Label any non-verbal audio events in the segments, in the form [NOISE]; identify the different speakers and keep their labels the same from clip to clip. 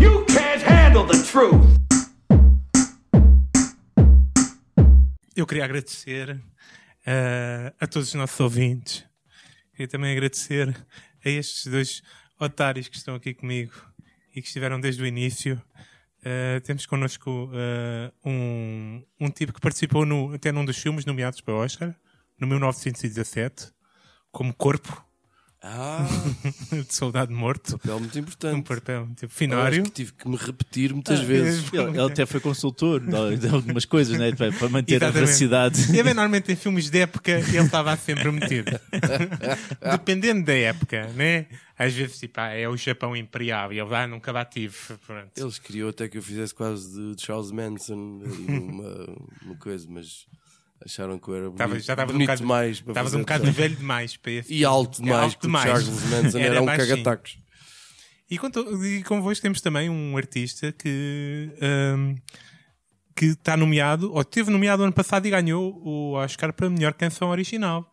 Speaker 1: You can't handle the truth.
Speaker 2: Eu queria agradecer eh, a todos os nossos ouvintes. Queria também agradecer a estes dois otários que estão aqui comigo e que estiveram desde o início. Eh, temos connosco eh, um, um tipo que participou no, até num dos filmes nomeados para o Oscar, no 1917, como corpo [LAUGHS]
Speaker 3: Ah,
Speaker 2: de soldado morto.
Speaker 3: papel muito
Speaker 2: [LAUGHS] Um
Speaker 3: importante.
Speaker 2: papel tipo
Speaker 3: Eu
Speaker 2: finário.
Speaker 3: acho que tive que me repetir muitas vezes.
Speaker 2: é.
Speaker 4: Ele, ele até foi consultor de de algumas coisas, né? Para para manter a
Speaker 2: Exatamente.
Speaker 4: veracidade.
Speaker 2: E bem, normalmente em filmes de época ele estava sempre
Speaker 3: [LAUGHS]
Speaker 2: metido. Dependendo da época, né? Às vezes, tipo, ah, é o Japão Imperial e ele vai nunca lá tive. Pronto.
Speaker 3: Eles queriam até que eu fizesse quase de Charles Manson ali
Speaker 2: [LAUGHS]
Speaker 3: uma, uma coisa, mas acharam que eu era
Speaker 2: Tava-
Speaker 3: bonito,
Speaker 2: já estavas um
Speaker 3: bonito
Speaker 2: bocado,
Speaker 3: demais. para
Speaker 2: estavas
Speaker 3: fazer
Speaker 2: um bocado
Speaker 3: Charles-
Speaker 2: velho demais para esse
Speaker 3: [LAUGHS] E alto demais,
Speaker 2: alto
Speaker 3: porque
Speaker 2: demais.
Speaker 3: Charles
Speaker 2: [LAUGHS]
Speaker 3: Manson
Speaker 2: Era
Speaker 3: era, um
Speaker 2: baixinho.
Speaker 3: cagatacos.
Speaker 2: E, conto, e convosco temos também um artista que ahm, que está nomeado, ou teve nomeado ano passado e ganhou o Oscar para melhor canção original.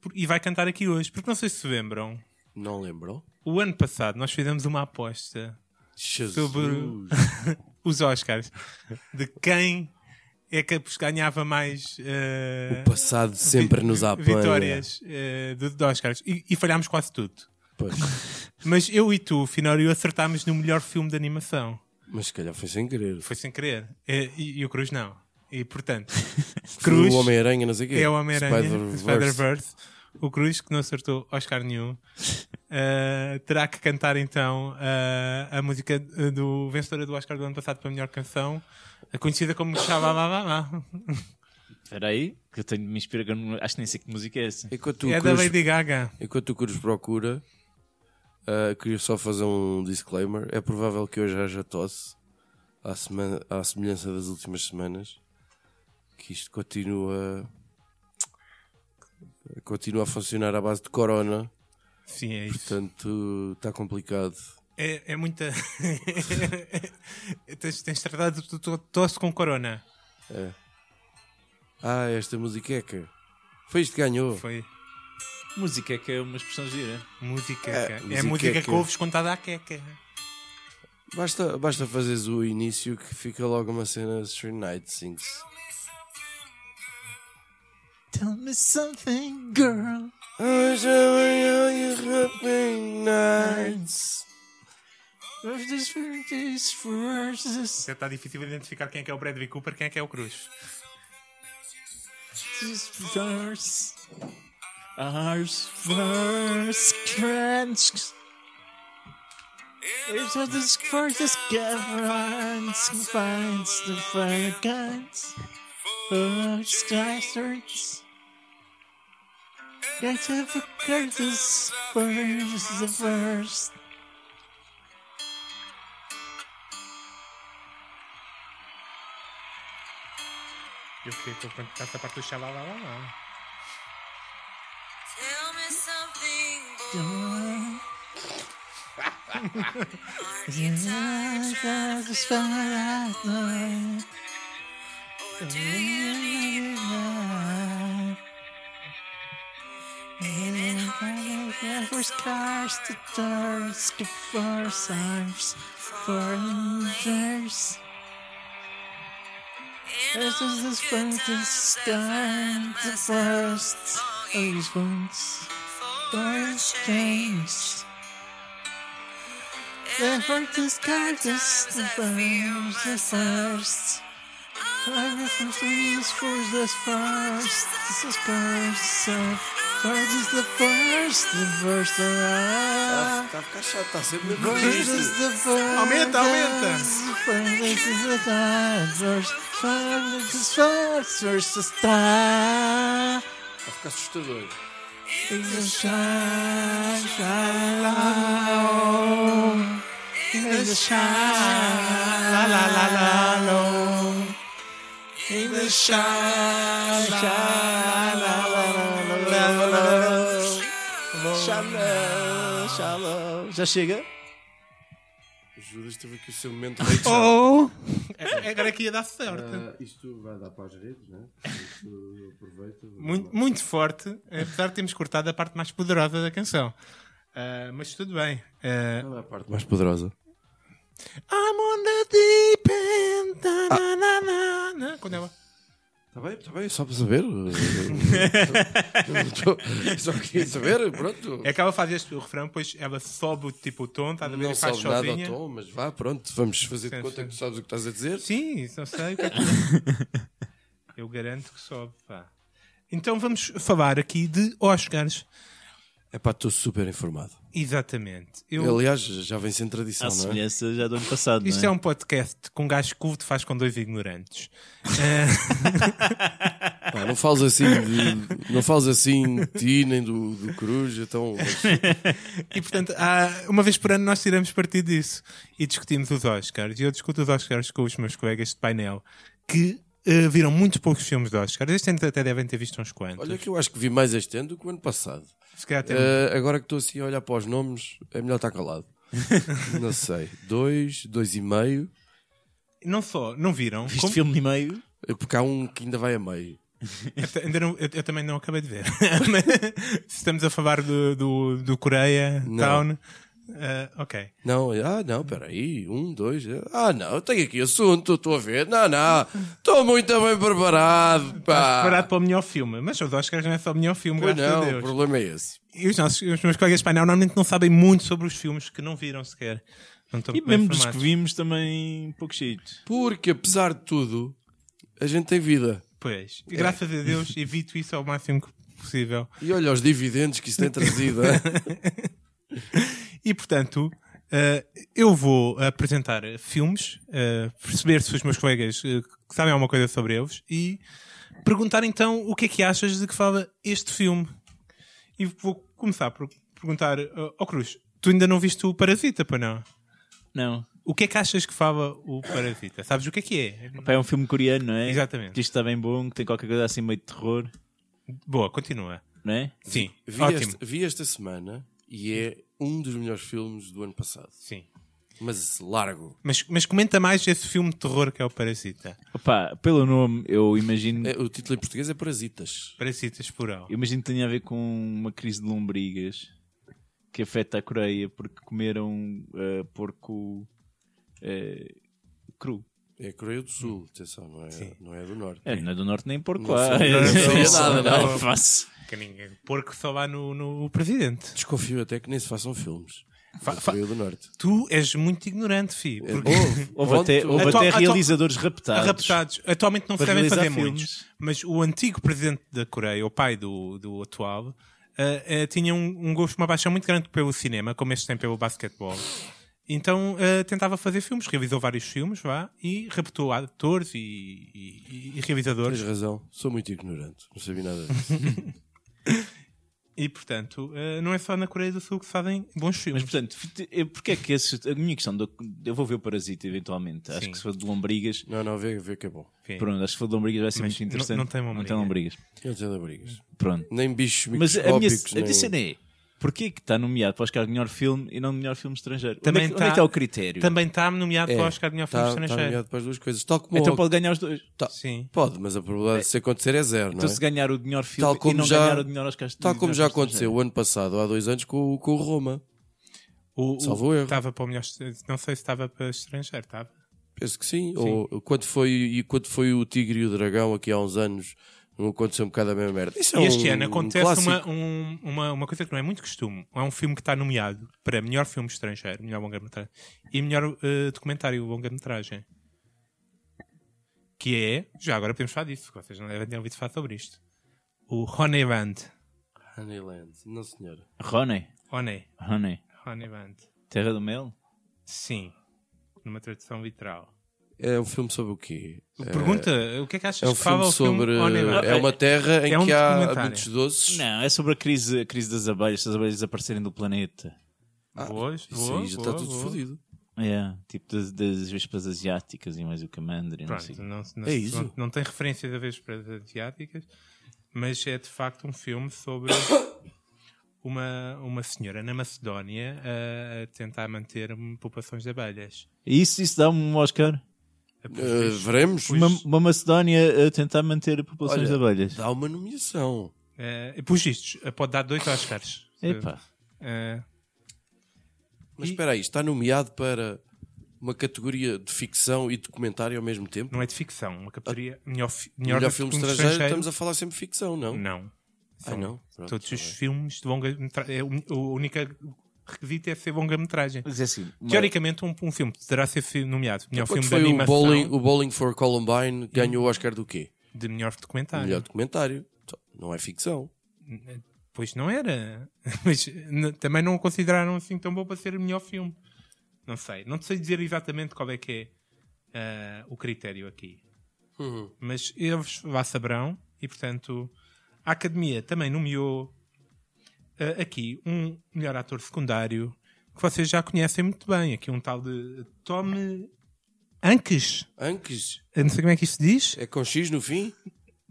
Speaker 2: Por- E vai cantar aqui hoje, porque não sei se se lembram.
Speaker 3: Não lembram?
Speaker 2: O ano passado nós fizemos uma aposta
Speaker 3: Jesus.
Speaker 2: Sobre- os Oscars de quem é que ganhava mais eh,
Speaker 3: O passado sempre
Speaker 2: vi-
Speaker 3: nos apanha.
Speaker 2: vitórias eh, de, de Oscars e, e falhámos quase tudo.
Speaker 3: Pois.
Speaker 2: Mas eu e tu, Finório, acertámos no melhor filme de animação.
Speaker 3: Mas se calhar foi sem querer.
Speaker 2: Foi sem querer. Eh, e, e o Cruz não. E portanto,
Speaker 3: Foi
Speaker 2: Cruz
Speaker 3: [LAUGHS] O Homem-Aranha, não sei o quê.
Speaker 2: é o Homem-Aranha,
Speaker 3: Spider-Verse.
Speaker 2: Spider-Verse. O Cruz, que não acertou Oscar nenhum,
Speaker 3: [LAUGHS]
Speaker 2: eh, terá que cantar então eh, a música eh, do vencedora do Oscar do ano passado para a melhor canção, eh, conhecida como Xabalabá.
Speaker 4: Espera aí, que eu tenho de me inspirar. que eu não- Acho que nem sei que música é essa.
Speaker 3: Enquanto o
Speaker 2: É da
Speaker 3: Cruz-
Speaker 2: Lady Gaga.
Speaker 3: Enquanto o Cruz procura, ah, queria só fazer um disclaimer. É provável que hoje haja tosse, à, sema- à semelhança das últimas semanas, que isto continua, continua a funcionar à base de corona.
Speaker 2: Sim, é isso.
Speaker 3: Portanto, está complicado.
Speaker 2: É, é muita. [LAUGHS] tens, tens tratado de to- tosse com corona.
Speaker 3: Ah, esta musiqueca. Foi isto que ganhou.
Speaker 2: Foi
Speaker 4: Música é que é uma expressão gira.
Speaker 2: música.
Speaker 3: É,
Speaker 2: É,
Speaker 3: musiqueca.
Speaker 2: música que ouves contada à queca.
Speaker 3: Basta, basta fazeres o início que fica logo uma cena Street Night Sings.
Speaker 4: Tell me something, girl.
Speaker 3: Hoje é amanhã e rapping nights.
Speaker 4: Of this is for us.
Speaker 2: Já está difícil identificar quem é que é o Bradley Cooper, quem é que é o Cruz.
Speaker 4: This verse. Ours first crunch. It's what this first discoverance finds the fire guns. First skyscrapers. Get up for curses first, the first.
Speaker 2: Eu queria que eu cantasse a parte do xalalalala.
Speaker 5: Tell me something, boy. Aren't you tired? Or do you need it hard?
Speaker 4: First cars to turns, first arms, first.
Speaker 5: And
Speaker 4: This is the first time, the first response, first change. The first card is the first, the first. Everything is for the first, this is first, the first is the first, the first arrive.
Speaker 3: Está Tá a ficar chato, está sempre Tá a
Speaker 2: Aumenta,
Speaker 4: Aumenta,
Speaker 2: aumenta.
Speaker 3: Vai ficar assustador.
Speaker 4: Já chega?
Speaker 3: Judas teve aqui o seu momento rei de chá.
Speaker 2: Oh! É- Agora aqui ia dar sorte.
Speaker 3: Ah, isto vai dar para as redes, né? Isto aproveita.
Speaker 2: Muito, muito forte, apesar de termos cortado a parte mais poderosa da canção. Ah, mas tudo bem. Ah,
Speaker 3: Qual é a parte mais poderosa?
Speaker 2: I'm on the deep end. na, na, na, na. Quando ela-
Speaker 3: Está Tá bem, está bem, só para [LAUGHS] saber. Só- só queria saber, pronto.
Speaker 2: É que ela faz este o refrão, depois ela sobe o tipo o tom, está a ver?
Speaker 3: Não
Speaker 2: e faz
Speaker 3: sabes nada ao
Speaker 2: sozinha.
Speaker 3: tom, mas vá, pronto, vamos fazer de
Speaker 2: Sim,
Speaker 3: conta
Speaker 2: sim.
Speaker 3: que tu sabes o que estás a dizer.
Speaker 2: Sim, isso não sei. o que é
Speaker 3: [LAUGHS]
Speaker 2: que- Eu garanto que sobe, pá. Então vamos falar aqui de Oscars.
Speaker 3: É pá, estou super informado.
Speaker 2: Exatamente. Eu...
Speaker 3: Aliás, já vem sem tradição,
Speaker 4: À
Speaker 3: não é?
Speaker 4: semelhança já do ano passado,
Speaker 2: Isto é
Speaker 4: não é?
Speaker 2: um podcast com um gajo culto faz com dois ignorantes.
Speaker 3: Pá, não fales assim de, não fales assim de ti nem do, do Cruz, então mas
Speaker 2: E portanto, há- uma vez por ano nós tiramos partido disso e discutimos os Oscars. E eu discuto os Oscars com os meus colegas de painel que eh, viram muito poucos filmes de Oscars. Este ano até devem ter visto uns quantos.
Speaker 3: olha que eu acho que vi mais este ano do que o ano passado.
Speaker 2: Se calhar até-
Speaker 3: Eh, agora que estou assim a olhar para os nomes, é melhor estar
Speaker 2: [LAUGHS]
Speaker 3: calado. não sei, dois, dois e meio,
Speaker 2: Não só, não viram.
Speaker 4: Viste
Speaker 2: como-
Speaker 4: um filme e meio?
Speaker 3: eh, porque há um que ainda vai a meio.
Speaker 2: Até- ainda não- eu, eu também não acabei de ver. [LAUGHS] Se estamos a falar do, do, do Coreia,
Speaker 3: Não.
Speaker 2: Town. eh, ok.
Speaker 3: Não, ah, não, peraí. Um, dois. eh, Ah, não, eu tenho aqui assunto, estou a ver. Não, não, estou muito bem preparado.
Speaker 4: Ah.
Speaker 3: Pá.
Speaker 2: Preparado para o melhor filme, mas os Oscars não é só o melhor filme,
Speaker 3: Pois
Speaker 2: graças a
Speaker 3: não, o
Speaker 2: Deus.
Speaker 3: problema é esse.
Speaker 2: E os, nossos, os meus colegas de painel normalmente não sabem muito sobre os filmes que não viram sequer. Não estão
Speaker 4: E
Speaker 2: bem
Speaker 4: mesmo dos que
Speaker 2: informados.
Speaker 4: vimos também pouco cheio.
Speaker 3: Porque apesar de tudo, a gente tem vida.
Speaker 2: Pois.
Speaker 3: É.
Speaker 2: E graças a
Speaker 3: [LAUGHS]
Speaker 2: Deus evito isso ao máximo que possível.
Speaker 3: E olha os dividendos que isso tem trazido.
Speaker 2: [LAUGHS]
Speaker 3: eh.
Speaker 2: E portanto, eh, eu vou apresentar filmes, eh, perceber se os meus colegas eh, que sabem alguma coisa sobre eles e perguntar então o que é que achas de que fala este filme. E vou começar por perguntar eh, ao Cruz: tu ainda não viste o Parasita, para não?
Speaker 4: Não.
Speaker 2: O que é que achas que fala o Parasita? Sabes o que é que é?
Speaker 4: Pá, é um filme coreano, não é?
Speaker 2: Exatamente.
Speaker 4: Que isto está bem bom, que tem qualquer coisa assim meio de terror,
Speaker 2: Boa, continua.
Speaker 4: não é?
Speaker 2: Sim,
Speaker 3: Vi,
Speaker 2: ótimo.
Speaker 3: esta, vi esta semana e é um dos melhores filmes do ano passado.
Speaker 2: Sim.
Speaker 3: Mas largo.
Speaker 2: Mas, mas comenta mais esse filme de terror que é o Parasita.
Speaker 4: Opa, pelo nome, eu imagino,
Speaker 3: É, o título em português é Parasitas.
Speaker 2: Parasitas plural.
Speaker 4: eu imagino que tenha a ver com uma crise de lombrigas que afeta a Coreia porque comeram ah, porco ah, cru.
Speaker 3: É a Coreia do Sul, atenção, não é, não é do Norte.
Speaker 4: É, não é do norte nem porco
Speaker 3: Não
Speaker 4: lá. [LAUGHS]
Speaker 3: sei,
Speaker 2: não sei
Speaker 4: Isso,
Speaker 2: nada, não.
Speaker 4: faço.
Speaker 2: Que ninguém... Porco só lá no, no presidente.
Speaker 3: Desconfio até que nem se façam filmes.
Speaker 2: Fa-
Speaker 3: da
Speaker 2: fa-
Speaker 3: Coreia do Norte.
Speaker 2: Tu és muito ignorante,
Speaker 4: É
Speaker 2: fi. Porque
Speaker 3: Houve,
Speaker 4: [LAUGHS] Houve
Speaker 3: ontem-
Speaker 4: até, houve
Speaker 2: Atual-
Speaker 4: até
Speaker 2: atual-
Speaker 4: realizadores raptados.
Speaker 2: Então, raptados. Atualmente não se
Speaker 4: Para
Speaker 2: devem fazer
Speaker 4: realizar filmes.
Speaker 2: muitos. Mas o antigo presidente da Coreia, o pai do, do atual, eh, eh, tinha um, um gosto, uma paixão muito grande pelo cinema, como este tem pelo basquetebol. Então eh, tentava fazer filmes, realizou vários filmes, vá, e raptou atores e, e- e realizadores.
Speaker 3: Tens razão, sou muito ignorante, não sabia nada disso.
Speaker 2: E portanto, eh, não é só na Coreia do Sul que se fazem bons
Speaker 4: Mas
Speaker 2: filmes.
Speaker 4: portanto, fute- eu- porque é que esse, a minha questão, do- eu vou ver o Parasita eventualmente. Acho
Speaker 2: Sim.
Speaker 4: que se for de lombrigas,
Speaker 3: não, não, vê, vê que é bom.
Speaker 2: Enfim.
Speaker 4: pronto, acho que se for de lombrigas vai ser
Speaker 2: Mas
Speaker 4: muito
Speaker 2: não-
Speaker 4: interessante.
Speaker 2: não tem lombriga.
Speaker 4: lombrigas.
Speaker 3: Eu não tenho abrigas.
Speaker 4: Pronto.
Speaker 3: Nem bichos
Speaker 4: Mas a minha,
Speaker 3: microscópicos.
Speaker 4: a minha
Speaker 3: nem-
Speaker 4: cena é: porquê que está nomeado para Oscar de melhor filme e não de melhor filme estrangeiro?
Speaker 2: Também
Speaker 4: Também onde, é que, onde é
Speaker 2: tá-
Speaker 4: que está o critério?
Speaker 2: Também está nomeado
Speaker 3: É,
Speaker 2: para o Oscar de melhor
Speaker 3: tá-
Speaker 2: filme
Speaker 3: tá
Speaker 2: estrangeiro.
Speaker 3: nomeado para as duas coisas. Tal como
Speaker 4: Então
Speaker 3: o-
Speaker 4: pode ganhar os dois.
Speaker 3: tá-
Speaker 2: Sim.
Speaker 3: pode, mas a probabilidade de isso acontecer é zero, não
Speaker 4: Então
Speaker 3: é?
Speaker 4: se ganhar o de melhor
Speaker 3: Tal
Speaker 4: filme e
Speaker 3: como
Speaker 4: não
Speaker 3: já-
Speaker 4: ganhar o de melhor Oscar
Speaker 3: Tal
Speaker 4: de
Speaker 3: como
Speaker 4: melhor
Speaker 3: já
Speaker 4: filme
Speaker 3: aconteceu
Speaker 4: estrangeiro.
Speaker 3: o ano passado, há dois anos, com, o- com o Roma.
Speaker 2: O, o-
Speaker 3: Salvo erro.
Speaker 2: Estava para o melhor. estrangeiro. Não sei se estava para estrangeiro, estava.
Speaker 3: Penso que sim. Ou quando foi, e quando foi o Tigre e o Dragão, aqui há uns anos, não aconteceu um bocado a mesma merda. Isso é
Speaker 2: E este
Speaker 3: um-
Speaker 2: ano
Speaker 3: um
Speaker 2: acontece
Speaker 3: clássico.
Speaker 2: uma, um- uma, uma coisa que não é muito costume. É um filme que está nomeado para melhor filme estrangeiro, melhor longa-metragem e melhor eh, documentário longa-metragem. Que é, já agora podemos falar disso, que vocês não devem ter ouvido falar sobre isto. O Honeyland.
Speaker 3: Honeyland, não senhora.
Speaker 4: Rony,
Speaker 2: Honey.
Speaker 4: Rony,
Speaker 2: Honeyland.
Speaker 4: Terra do Mel?
Speaker 2: Sim. Numa tradução literal.
Speaker 3: É um filme sobre o quê?
Speaker 2: Pergunta, o que é que achas
Speaker 3: É um
Speaker 2: que fala o
Speaker 3: filme
Speaker 2: filme
Speaker 3: sobre.
Speaker 2: Honeyland?
Speaker 3: É uma terra em
Speaker 2: É um
Speaker 3: que há
Speaker 2: documentário.
Speaker 3: muitos doces.
Speaker 4: Não, é sobre a crise, a crise das abelhas, se as abelhas desaparecerem do planeta.
Speaker 2: Ah, Boas,
Speaker 3: Isso
Speaker 2: boa,
Speaker 3: aí Ah, um já
Speaker 2: boa,
Speaker 3: está tudo
Speaker 2: boa.
Speaker 3: fodido.
Speaker 4: É, tipo das, das vespas asiáticas e mais o camandre. e Não sei.
Speaker 2: Pronto, não, não-
Speaker 3: É isso.
Speaker 2: não- não tem referências a vezes para as asiáticas, mas é de facto um filme sobre [COUGHS] uma, uma senhora na Macedónia a, a tentar manter populações de abelhas.
Speaker 4: E isso, isso dá-me um Oscar.
Speaker 3: Eh, veremos.
Speaker 4: Uma, uma Macedónia a tentar manter populações
Speaker 3: Olha,
Speaker 4: de abelhas.
Speaker 3: Dá uma nomeação.
Speaker 2: Uh, por vistos, eh, pode dar dois Oscars.
Speaker 4: Epá.
Speaker 2: Eh,
Speaker 3: Mas espera aí, está nomeado para uma categoria de ficção e documentário ao mesmo tempo?
Speaker 2: não é de ficção, uma categoria. Melhor, fi-
Speaker 3: Ah, Melhor,
Speaker 2: melhor do
Speaker 3: filme
Speaker 2: que um
Speaker 3: estrangeiro, estamos a falar sempre ficção, não?
Speaker 2: Não.
Speaker 3: Ah, não? Pronto,
Speaker 2: Todos
Speaker 3: tá
Speaker 2: os
Speaker 3: bem.
Speaker 2: filmes de longa metragem. O único requisito é ser longa metragem.
Speaker 4: Mas é assim. uma-
Speaker 2: Teoricamente, um, um filme terá de ser fi- nomeado
Speaker 4: É um
Speaker 2: melhor filme
Speaker 3: Quanto
Speaker 2: de
Speaker 3: foi o
Speaker 2: animação
Speaker 3: bowling, o bowling for Columbine
Speaker 4: Hum.
Speaker 3: ganhou o Oscar do quê?
Speaker 2: de melhor
Speaker 4: Ah, é.
Speaker 2: documentário.
Speaker 3: Melhor documentário. Então, Não é ficção.
Speaker 2: Pois não era. [LAUGHS] Mas n- também não o consideraram assim tão bom para ser o melhor filme. Não sei. Não sei dizer exatamente qual é que é ah, o critério aqui.
Speaker 3: Uhum.
Speaker 2: Mas eles lá saberão. E, portanto, a Academia também nomeou ah, aqui um melhor ator secundário que vocês já conhecem muito bem. Aqui um tal de Tom Hanks.
Speaker 3: Anques
Speaker 2: Eu não sei como é que isto se diz.
Speaker 3: é com X no fim?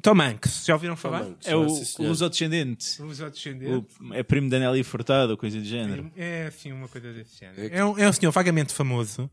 Speaker 2: Tom Hanks. Já ouviram falar?
Speaker 3: Tom Hanks,
Speaker 4: É o,
Speaker 3: ah, sim, senhor.
Speaker 4: o Lusodescendente.
Speaker 2: Vamos ao descendente.
Speaker 4: O, é primo da Nelly Furtado, ou coisa do género.
Speaker 2: É assim, uma coisa desse género.
Speaker 3: É que-
Speaker 2: É, um, é um senhor vagamente famoso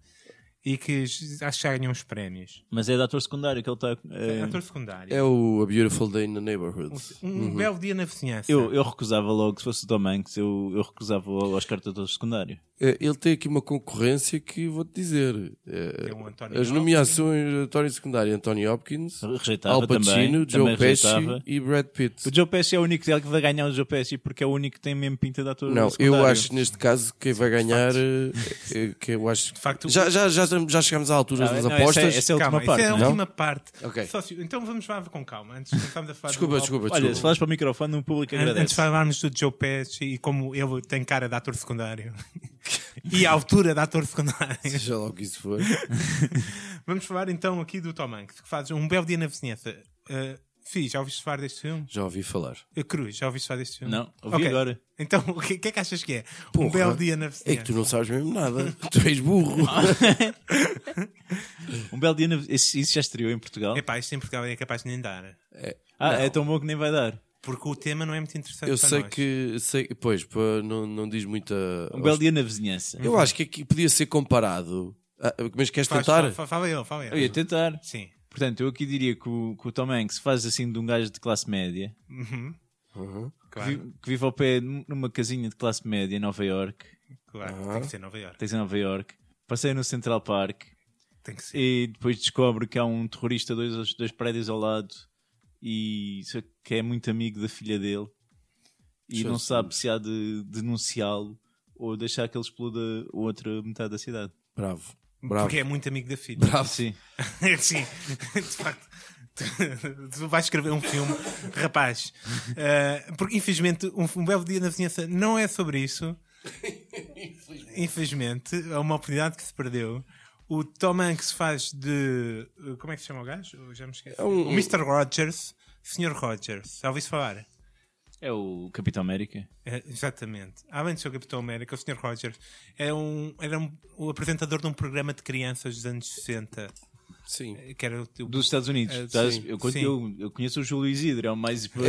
Speaker 2: e que j- acho que já ganhou uns prémios.
Speaker 4: Mas é de ator secundário que ele está.
Speaker 2: É
Speaker 4: eh,
Speaker 2: ator secundário.
Speaker 3: É o Uhum. A Beautiful Day in the Neighborhood.
Speaker 2: Um belo dia na vizinhança.
Speaker 4: eu, eu recusava logo, se fosse o Tom Hanks, eu, eu recusava o Oscar de ator secundário.
Speaker 3: Eh, Ele tem aqui uma concorrência que vou-te dizer. Eh,
Speaker 2: É o Anthony
Speaker 3: as nomeações de António Secundário, Anthony Hopkins,
Speaker 4: Rejeitava
Speaker 3: Al Pacino,
Speaker 4: também. também
Speaker 3: Joe Pesci
Speaker 4: rejeitava.
Speaker 3: e Brad Pitt.
Speaker 4: O Joe Pesci é o único que vai ganhar o Joe Pesci porque é o único que tem mesmo pinta de ator
Speaker 3: Não,
Speaker 4: secundário.
Speaker 3: eu acho neste caso que quem vai ganhar, eh, eh, que eu acho.
Speaker 2: facto,
Speaker 3: já, já, já, estamos- já chegámos à altura
Speaker 4: Ah,
Speaker 3: das
Speaker 4: não, essa é-
Speaker 3: apostas.
Speaker 4: essa é a
Speaker 2: calma,
Speaker 4: última
Speaker 2: isso
Speaker 4: parte.
Speaker 2: é a
Speaker 3: não?
Speaker 2: última parte.
Speaker 3: Ok.
Speaker 2: Sócio, então vamos lá com calma. Antes de começarmos a falar
Speaker 3: Desculpa,
Speaker 2: do-
Speaker 3: desculpa, desculpa.
Speaker 4: Olha, se falas para o microfone, o público
Speaker 2: An- Antes de
Speaker 4: agradece.
Speaker 2: falarmos do Joe Pesci e como ele tem cara de ator secundário [LAUGHS] e a altura de ator
Speaker 3: [LAUGHS]
Speaker 2: secundário,
Speaker 3: Seja lá o que isso for.
Speaker 2: vamos falar então aqui do Tom Hanks, que faz um belo dia na vizinhança. Uh, Fiz, já ouviste falar deste filme?
Speaker 3: Já ouvi falar.
Speaker 2: Uh, Cruz, já ouviste falar deste filme?
Speaker 4: Não, ouvi
Speaker 2: Ok.
Speaker 4: agora.
Speaker 2: Então, o que, que é que achas que é?
Speaker 3: Porra,
Speaker 2: um belo dia na
Speaker 3: É
Speaker 2: vizinhança.
Speaker 3: que tu não sabes mesmo nada. [LAUGHS] tu és burro.
Speaker 2: Ah, então
Speaker 4: Um belo dia, na- isso isso já estreou em Portugal.
Speaker 2: Epá, isto em Portugal é capaz de nem dar.
Speaker 4: ah, é tão bom que nem vai dar.
Speaker 2: Porque o tema não é muito interessante
Speaker 3: eu
Speaker 2: para
Speaker 3: sei
Speaker 2: nós.
Speaker 3: que. Sei, pois, pá, não, não diz muita.
Speaker 4: Um belo dia na vizinhança.
Speaker 3: Eu acho que aqui podia ser comparado. Ah, mas queres
Speaker 2: Faz-
Speaker 3: tentar?
Speaker 2: fa- fa- Fala eu, fala eu.
Speaker 4: Eu ia tentar.
Speaker 2: Sim.
Speaker 4: Portanto, eu aqui diria que o, que o Tom Hanks faz assim de um gajo de classe média, que, vi-
Speaker 2: Claro,
Speaker 4: que vive ao pé num- numa casinha de classe média em Nova York,
Speaker 2: claro. Tem que ser Nova Iorque.
Speaker 4: tens em Nova York, passeia no Central Park
Speaker 2: Tem que ser.
Speaker 4: e depois descobre que há um terrorista dois, dois prédios ao lado e só que é muito amigo da filha dele e
Speaker 3: Jesus.
Speaker 4: não sabe se há de denunciá-lo ou deixar que ele exploda a outra metade da cidade.
Speaker 3: Bravo. Bravo.
Speaker 2: Porque é muito amigo da filha.
Speaker 3: Bravo.
Speaker 4: Sim.
Speaker 2: [LAUGHS] Sim, de facto. [LAUGHS] Tu- Tu vais escrever um filme, rapaz. Ah, porque, infelizmente, um, um belo dia na vizinhança não é sobre isso. infelizmente, é uma oportunidade que se perdeu. O Tom Hanks faz de. Como é que se chama o gajo? Eu Já me esqueci.
Speaker 3: É um-
Speaker 2: O Mr. Rogers, Sr. Rogers. Já ouviste falar?
Speaker 4: É o Capitão América.
Speaker 2: É, exatamente. Além de ser o Capitão América, o Sr. Rogers é um, era um, o apresentador de um programa de crianças dos anos 60.
Speaker 3: Sim.
Speaker 2: Que era o, o
Speaker 4: Dos Estados Unidos.
Speaker 2: É,
Speaker 4: Estás-
Speaker 2: sim,
Speaker 4: eu, con-
Speaker 2: sim.
Speaker 4: eu- eu conheço o Júlio Isidro, é o mais.
Speaker 3: É, é,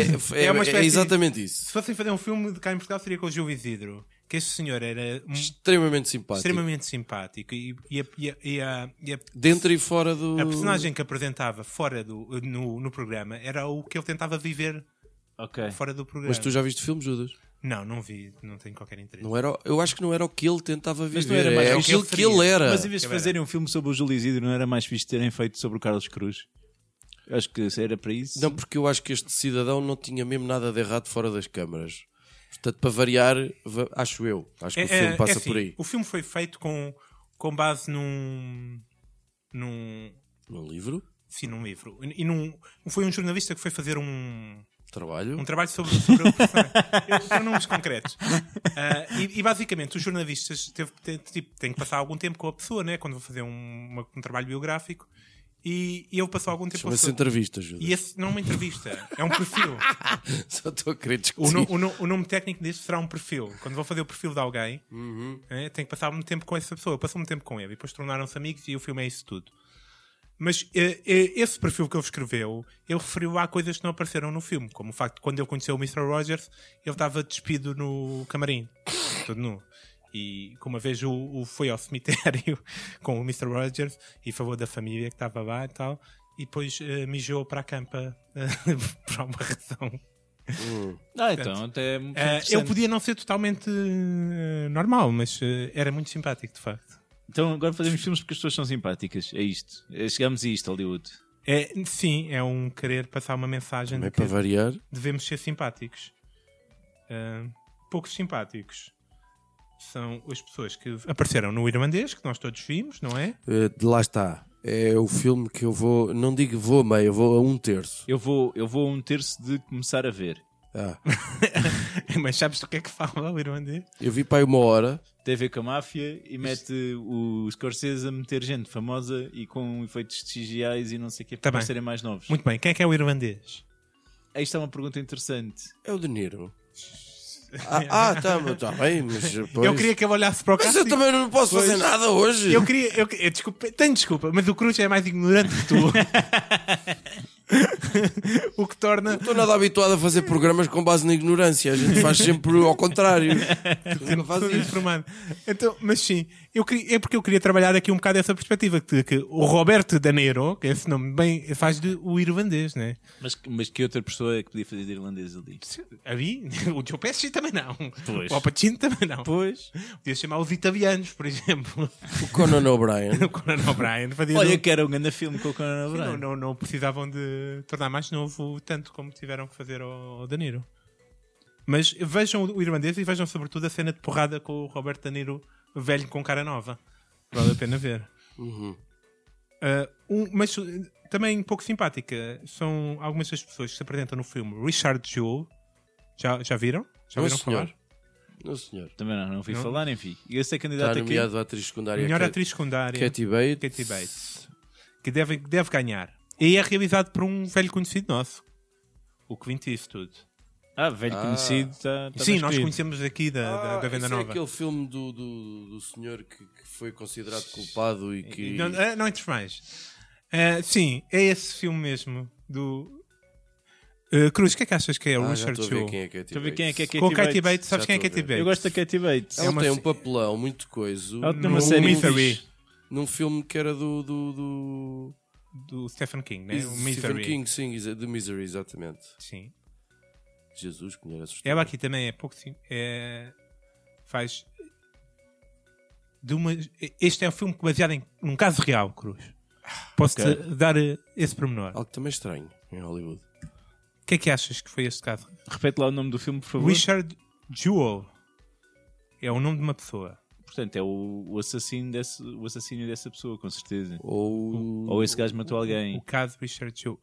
Speaker 3: é-
Speaker 2: É uma
Speaker 3: é
Speaker 2: espécie-
Speaker 3: exatamente isso.
Speaker 2: Se fossem fazer um filme de cá em Portugal, seria com o Gil Isidro. Que este senhor era um-
Speaker 3: Extremamente simpático.
Speaker 2: extremamente simpático e, e a, e a- e a- e a-
Speaker 3: Dentro e fora do.
Speaker 2: a personagem que apresentava fora do, no, no programa era o que ele tentava viver
Speaker 4: [LAUGHS] Ok.
Speaker 2: fora do programa.
Speaker 3: Mas tu já viste o filme, Judas?
Speaker 2: Não, não vi, não tenho qualquer interesse.
Speaker 3: Não era, o- eu acho que não era o que ele tentava viver.
Speaker 4: Mas não era mais
Speaker 3: é
Speaker 4: o que
Speaker 3: aquilo
Speaker 2: ele
Speaker 3: que
Speaker 2: faria.
Speaker 3: ele era.
Speaker 4: Mas em vez de
Speaker 2: Que era.
Speaker 4: fazerem um filme sobre o Júlio Isidro, não era mais fixe terem feito sobre o Carlos Cruz? Eu acho que era para isso.
Speaker 3: Não, porque eu acho que este cidadão não tinha mesmo nada de errado fora das câmaras. Portanto, para variar, va- acho eu. Acho é que o filme passa
Speaker 2: assim,
Speaker 3: por aí.
Speaker 2: O filme foi feito com, com base num. num.
Speaker 3: Num livro,
Speaker 2: Sim, num livro. E num, foi um jornalista que foi fazer um,
Speaker 3: trabalho.
Speaker 2: um trabalho sobre, sobre a personagem. Eu- São nomes concretos. Ah, e, e, basicamente, os jornalistas teve, te- tipo, têm que passar algum tempo com a pessoa, né? Quando vão fazer um, uma- um trabalho biográfico. E, e ele passou algum tempo com a
Speaker 3: Chama-se
Speaker 2: pessoa.
Speaker 3: entrevista, Judas.
Speaker 2: E esse não é uma entrevista, é um perfil.
Speaker 3: [LAUGHS] Só estou a querer
Speaker 2: O,
Speaker 3: discutir.
Speaker 2: no- o no- o nome técnico disso será um perfil. Quando vou fazer o perfil de alguém, eh, tenho que passar muito tempo com essa pessoa. Passou muito tempo com ele e depois tornaram-se amigos e o filme é isso é tudo. Mas eh, eh, esse perfil que ele escreveu, ele referiu a coisas que não apareceram no filme, como o facto de quando ele conheceu o Mr. Rogers, ele estava despido no camarim, todo nu. E que uma vez o, o foi ao cemitério [LAUGHS] com o Mr. Rogers e falou da família que estava lá e tal, e depois eh, mijou para a campa [LAUGHS] eh, por alguma razão.
Speaker 3: Hum.
Speaker 4: Ah, então, até é muito
Speaker 2: Eh, eu
Speaker 4: interessante.
Speaker 2: podia não ser totalmente eh, normal, mas eh, era muito simpático, de facto.
Speaker 4: Então agora fazemos filmes porque as pessoas são simpáticas. É isto. É, Chegamos a isto, Hollywood.
Speaker 2: É, sim, é um querer passar uma mensagem
Speaker 3: Também
Speaker 2: de que
Speaker 3: para variar.
Speaker 2: devemos ser simpáticos. Ah, poucos simpáticos são as pessoas que apareceram no Irlandês, que nós todos vimos, não
Speaker 3: [LAUGHS]
Speaker 2: é?
Speaker 3: Eh, de lá está. É o filme que eu vou. Não digo vou a meio, eu vou a um terço.
Speaker 4: Eu vou, eu vou a um terço de começar a ver.
Speaker 3: Ah,
Speaker 2: Mas sabes do que é que fala o Irlandês?
Speaker 3: eu vi para aí uma hora.
Speaker 4: Tem a ver com a máfia e mete o Scorsese a meter gente famosa e com efeitos digitais e não sei o que
Speaker 2: Tá
Speaker 4: para
Speaker 2: bem.
Speaker 4: serem mais novos.
Speaker 2: Muito bem, quem é que é o Irlandês?
Speaker 4: Aí está uma pergunta interessante.
Speaker 3: É o
Speaker 2: [LAUGHS]
Speaker 3: De Niro. Ah, ah tá, mas tá bem, mas.
Speaker 2: Eu
Speaker 3: pois.
Speaker 2: queria que eu olhasse para o
Speaker 3: Mas
Speaker 2: Cássio.
Speaker 3: eu também não posso fazer nada hoje.
Speaker 2: Eu queria. Eu, eu- desculpa, tenho desculpa, mas o Cruz é mais ignorante que
Speaker 3: [LAUGHS]
Speaker 2: tu. [LAUGHS] o que torna.
Speaker 3: Não estou nada habituado a fazer programas com base na ignorância. A gente faz sempre
Speaker 2: [LAUGHS]
Speaker 3: ao contrário. Não faz
Speaker 2: Tudo
Speaker 3: isso.
Speaker 2: informado. Então, mas sim, eu queria, é porque eu queria trabalhar aqui um bocado essa perspectiva de que o Roberto Danero, que é esse nome bem, faz de o irlandês, né?
Speaker 4: Mas, mas que outra pessoa é que podia fazer de irlandês ali?
Speaker 2: Ali, [LAUGHS] o Joe Pesci também não.
Speaker 4: Pois.
Speaker 2: O Al Pacino também não.
Speaker 4: Pois.
Speaker 2: Podia chamar os italianos, por exemplo. [LAUGHS]
Speaker 3: O Conan O'Brien.
Speaker 2: o Conan O'Brien fazia.
Speaker 4: Olha
Speaker 2: do-
Speaker 4: que era um grande filme com o Conan
Speaker 2: não,
Speaker 4: O'Brien.
Speaker 2: não, não precisavam de tornar mais novo tanto como tiveram que fazer ao, ao Daniro. Mas vejam o irlandês e vejam sobretudo a cena de porrada com o Roberto Daniro velho com cara nova. Vale a pena ver. Ah, um- mas uh, também pouco simpática são algumas das pessoas que se apresentam no filme. Richard Jewell, já, já viram? Já
Speaker 3: Não,
Speaker 2: viram
Speaker 3: É um senhor.
Speaker 2: falar?
Speaker 3: Não, senhor.
Speaker 4: Também não, não vi
Speaker 2: Não?
Speaker 4: falar, nem vi. E esse é
Speaker 3: Está
Speaker 4: candidato aqui.
Speaker 3: nomeado a atriz secundária.
Speaker 2: Melhor
Speaker 3: Cat-
Speaker 2: atriz secundária.
Speaker 3: Katie Bates.
Speaker 2: Katie Bates. Que deve, que deve ganhar. E é realizado por um velho conhecido nosso. O Clint Eastwood.
Speaker 4: Ah, velho conhecido. Tá, tá
Speaker 2: Sim,
Speaker 4: bem
Speaker 2: nós
Speaker 4: escolhido.
Speaker 2: conhecemos aqui da, da-
Speaker 3: Ah,
Speaker 2: da Venda
Speaker 3: isso
Speaker 2: Nova.
Speaker 3: É aquele filme do, do, do senhor que, que foi considerado culpado e que.
Speaker 2: Não, ah, não entres mais. Ah, sim, é esse filme mesmo. Do. Ah, Cruz, o que é que achas que é? O
Speaker 3: Ah, já
Speaker 2: Richard
Speaker 3: estou a ver
Speaker 2: Jewell.
Speaker 3: quem é Katie
Speaker 4: Deixa eu ver quem é que é
Speaker 3: Bates.
Speaker 4: Katie
Speaker 2: Com Katie Bates,
Speaker 4: Bates.
Speaker 2: sabes
Speaker 3: Já
Speaker 2: quem é
Speaker 3: estou a
Speaker 2: Katie
Speaker 3: ver.
Speaker 2: Bates?
Speaker 4: Eu gosto da Katie Bates.
Speaker 3: Ela
Speaker 2: É uma
Speaker 3: tem
Speaker 2: se-
Speaker 3: um papelão muito coisa.
Speaker 4: Ela tem
Speaker 2: uma
Speaker 3: num-
Speaker 2: série
Speaker 3: num-
Speaker 2: Misery.
Speaker 3: Num filme que era do. do, do...
Speaker 2: do Stephen King, né? O
Speaker 3: Stephen
Speaker 2: Misery.
Speaker 3: King, sim, exa- do Misery, exatamente.
Speaker 2: Sim.
Speaker 3: Jesus, que mulher assustada.
Speaker 2: Ela aqui também é pouco. sim- É, faz. De uma, este é um filme baseado em um caso real, Cruz. Posso-te
Speaker 4: Ok.
Speaker 2: dar eh, esse pormenor.
Speaker 3: Algo também estranho em Hollywood.
Speaker 2: O que é que achas que foi este caso?
Speaker 4: Repete lá o nome do filme, por favor.
Speaker 2: Richard Jewell é o nome de uma pessoa.
Speaker 4: Portanto, é o, o assassino desse, o assassino dessa pessoa, com certeza.
Speaker 3: Ou.
Speaker 4: Ou esse gajo matou
Speaker 2: O
Speaker 4: alguém.
Speaker 2: caso Richard Jewell.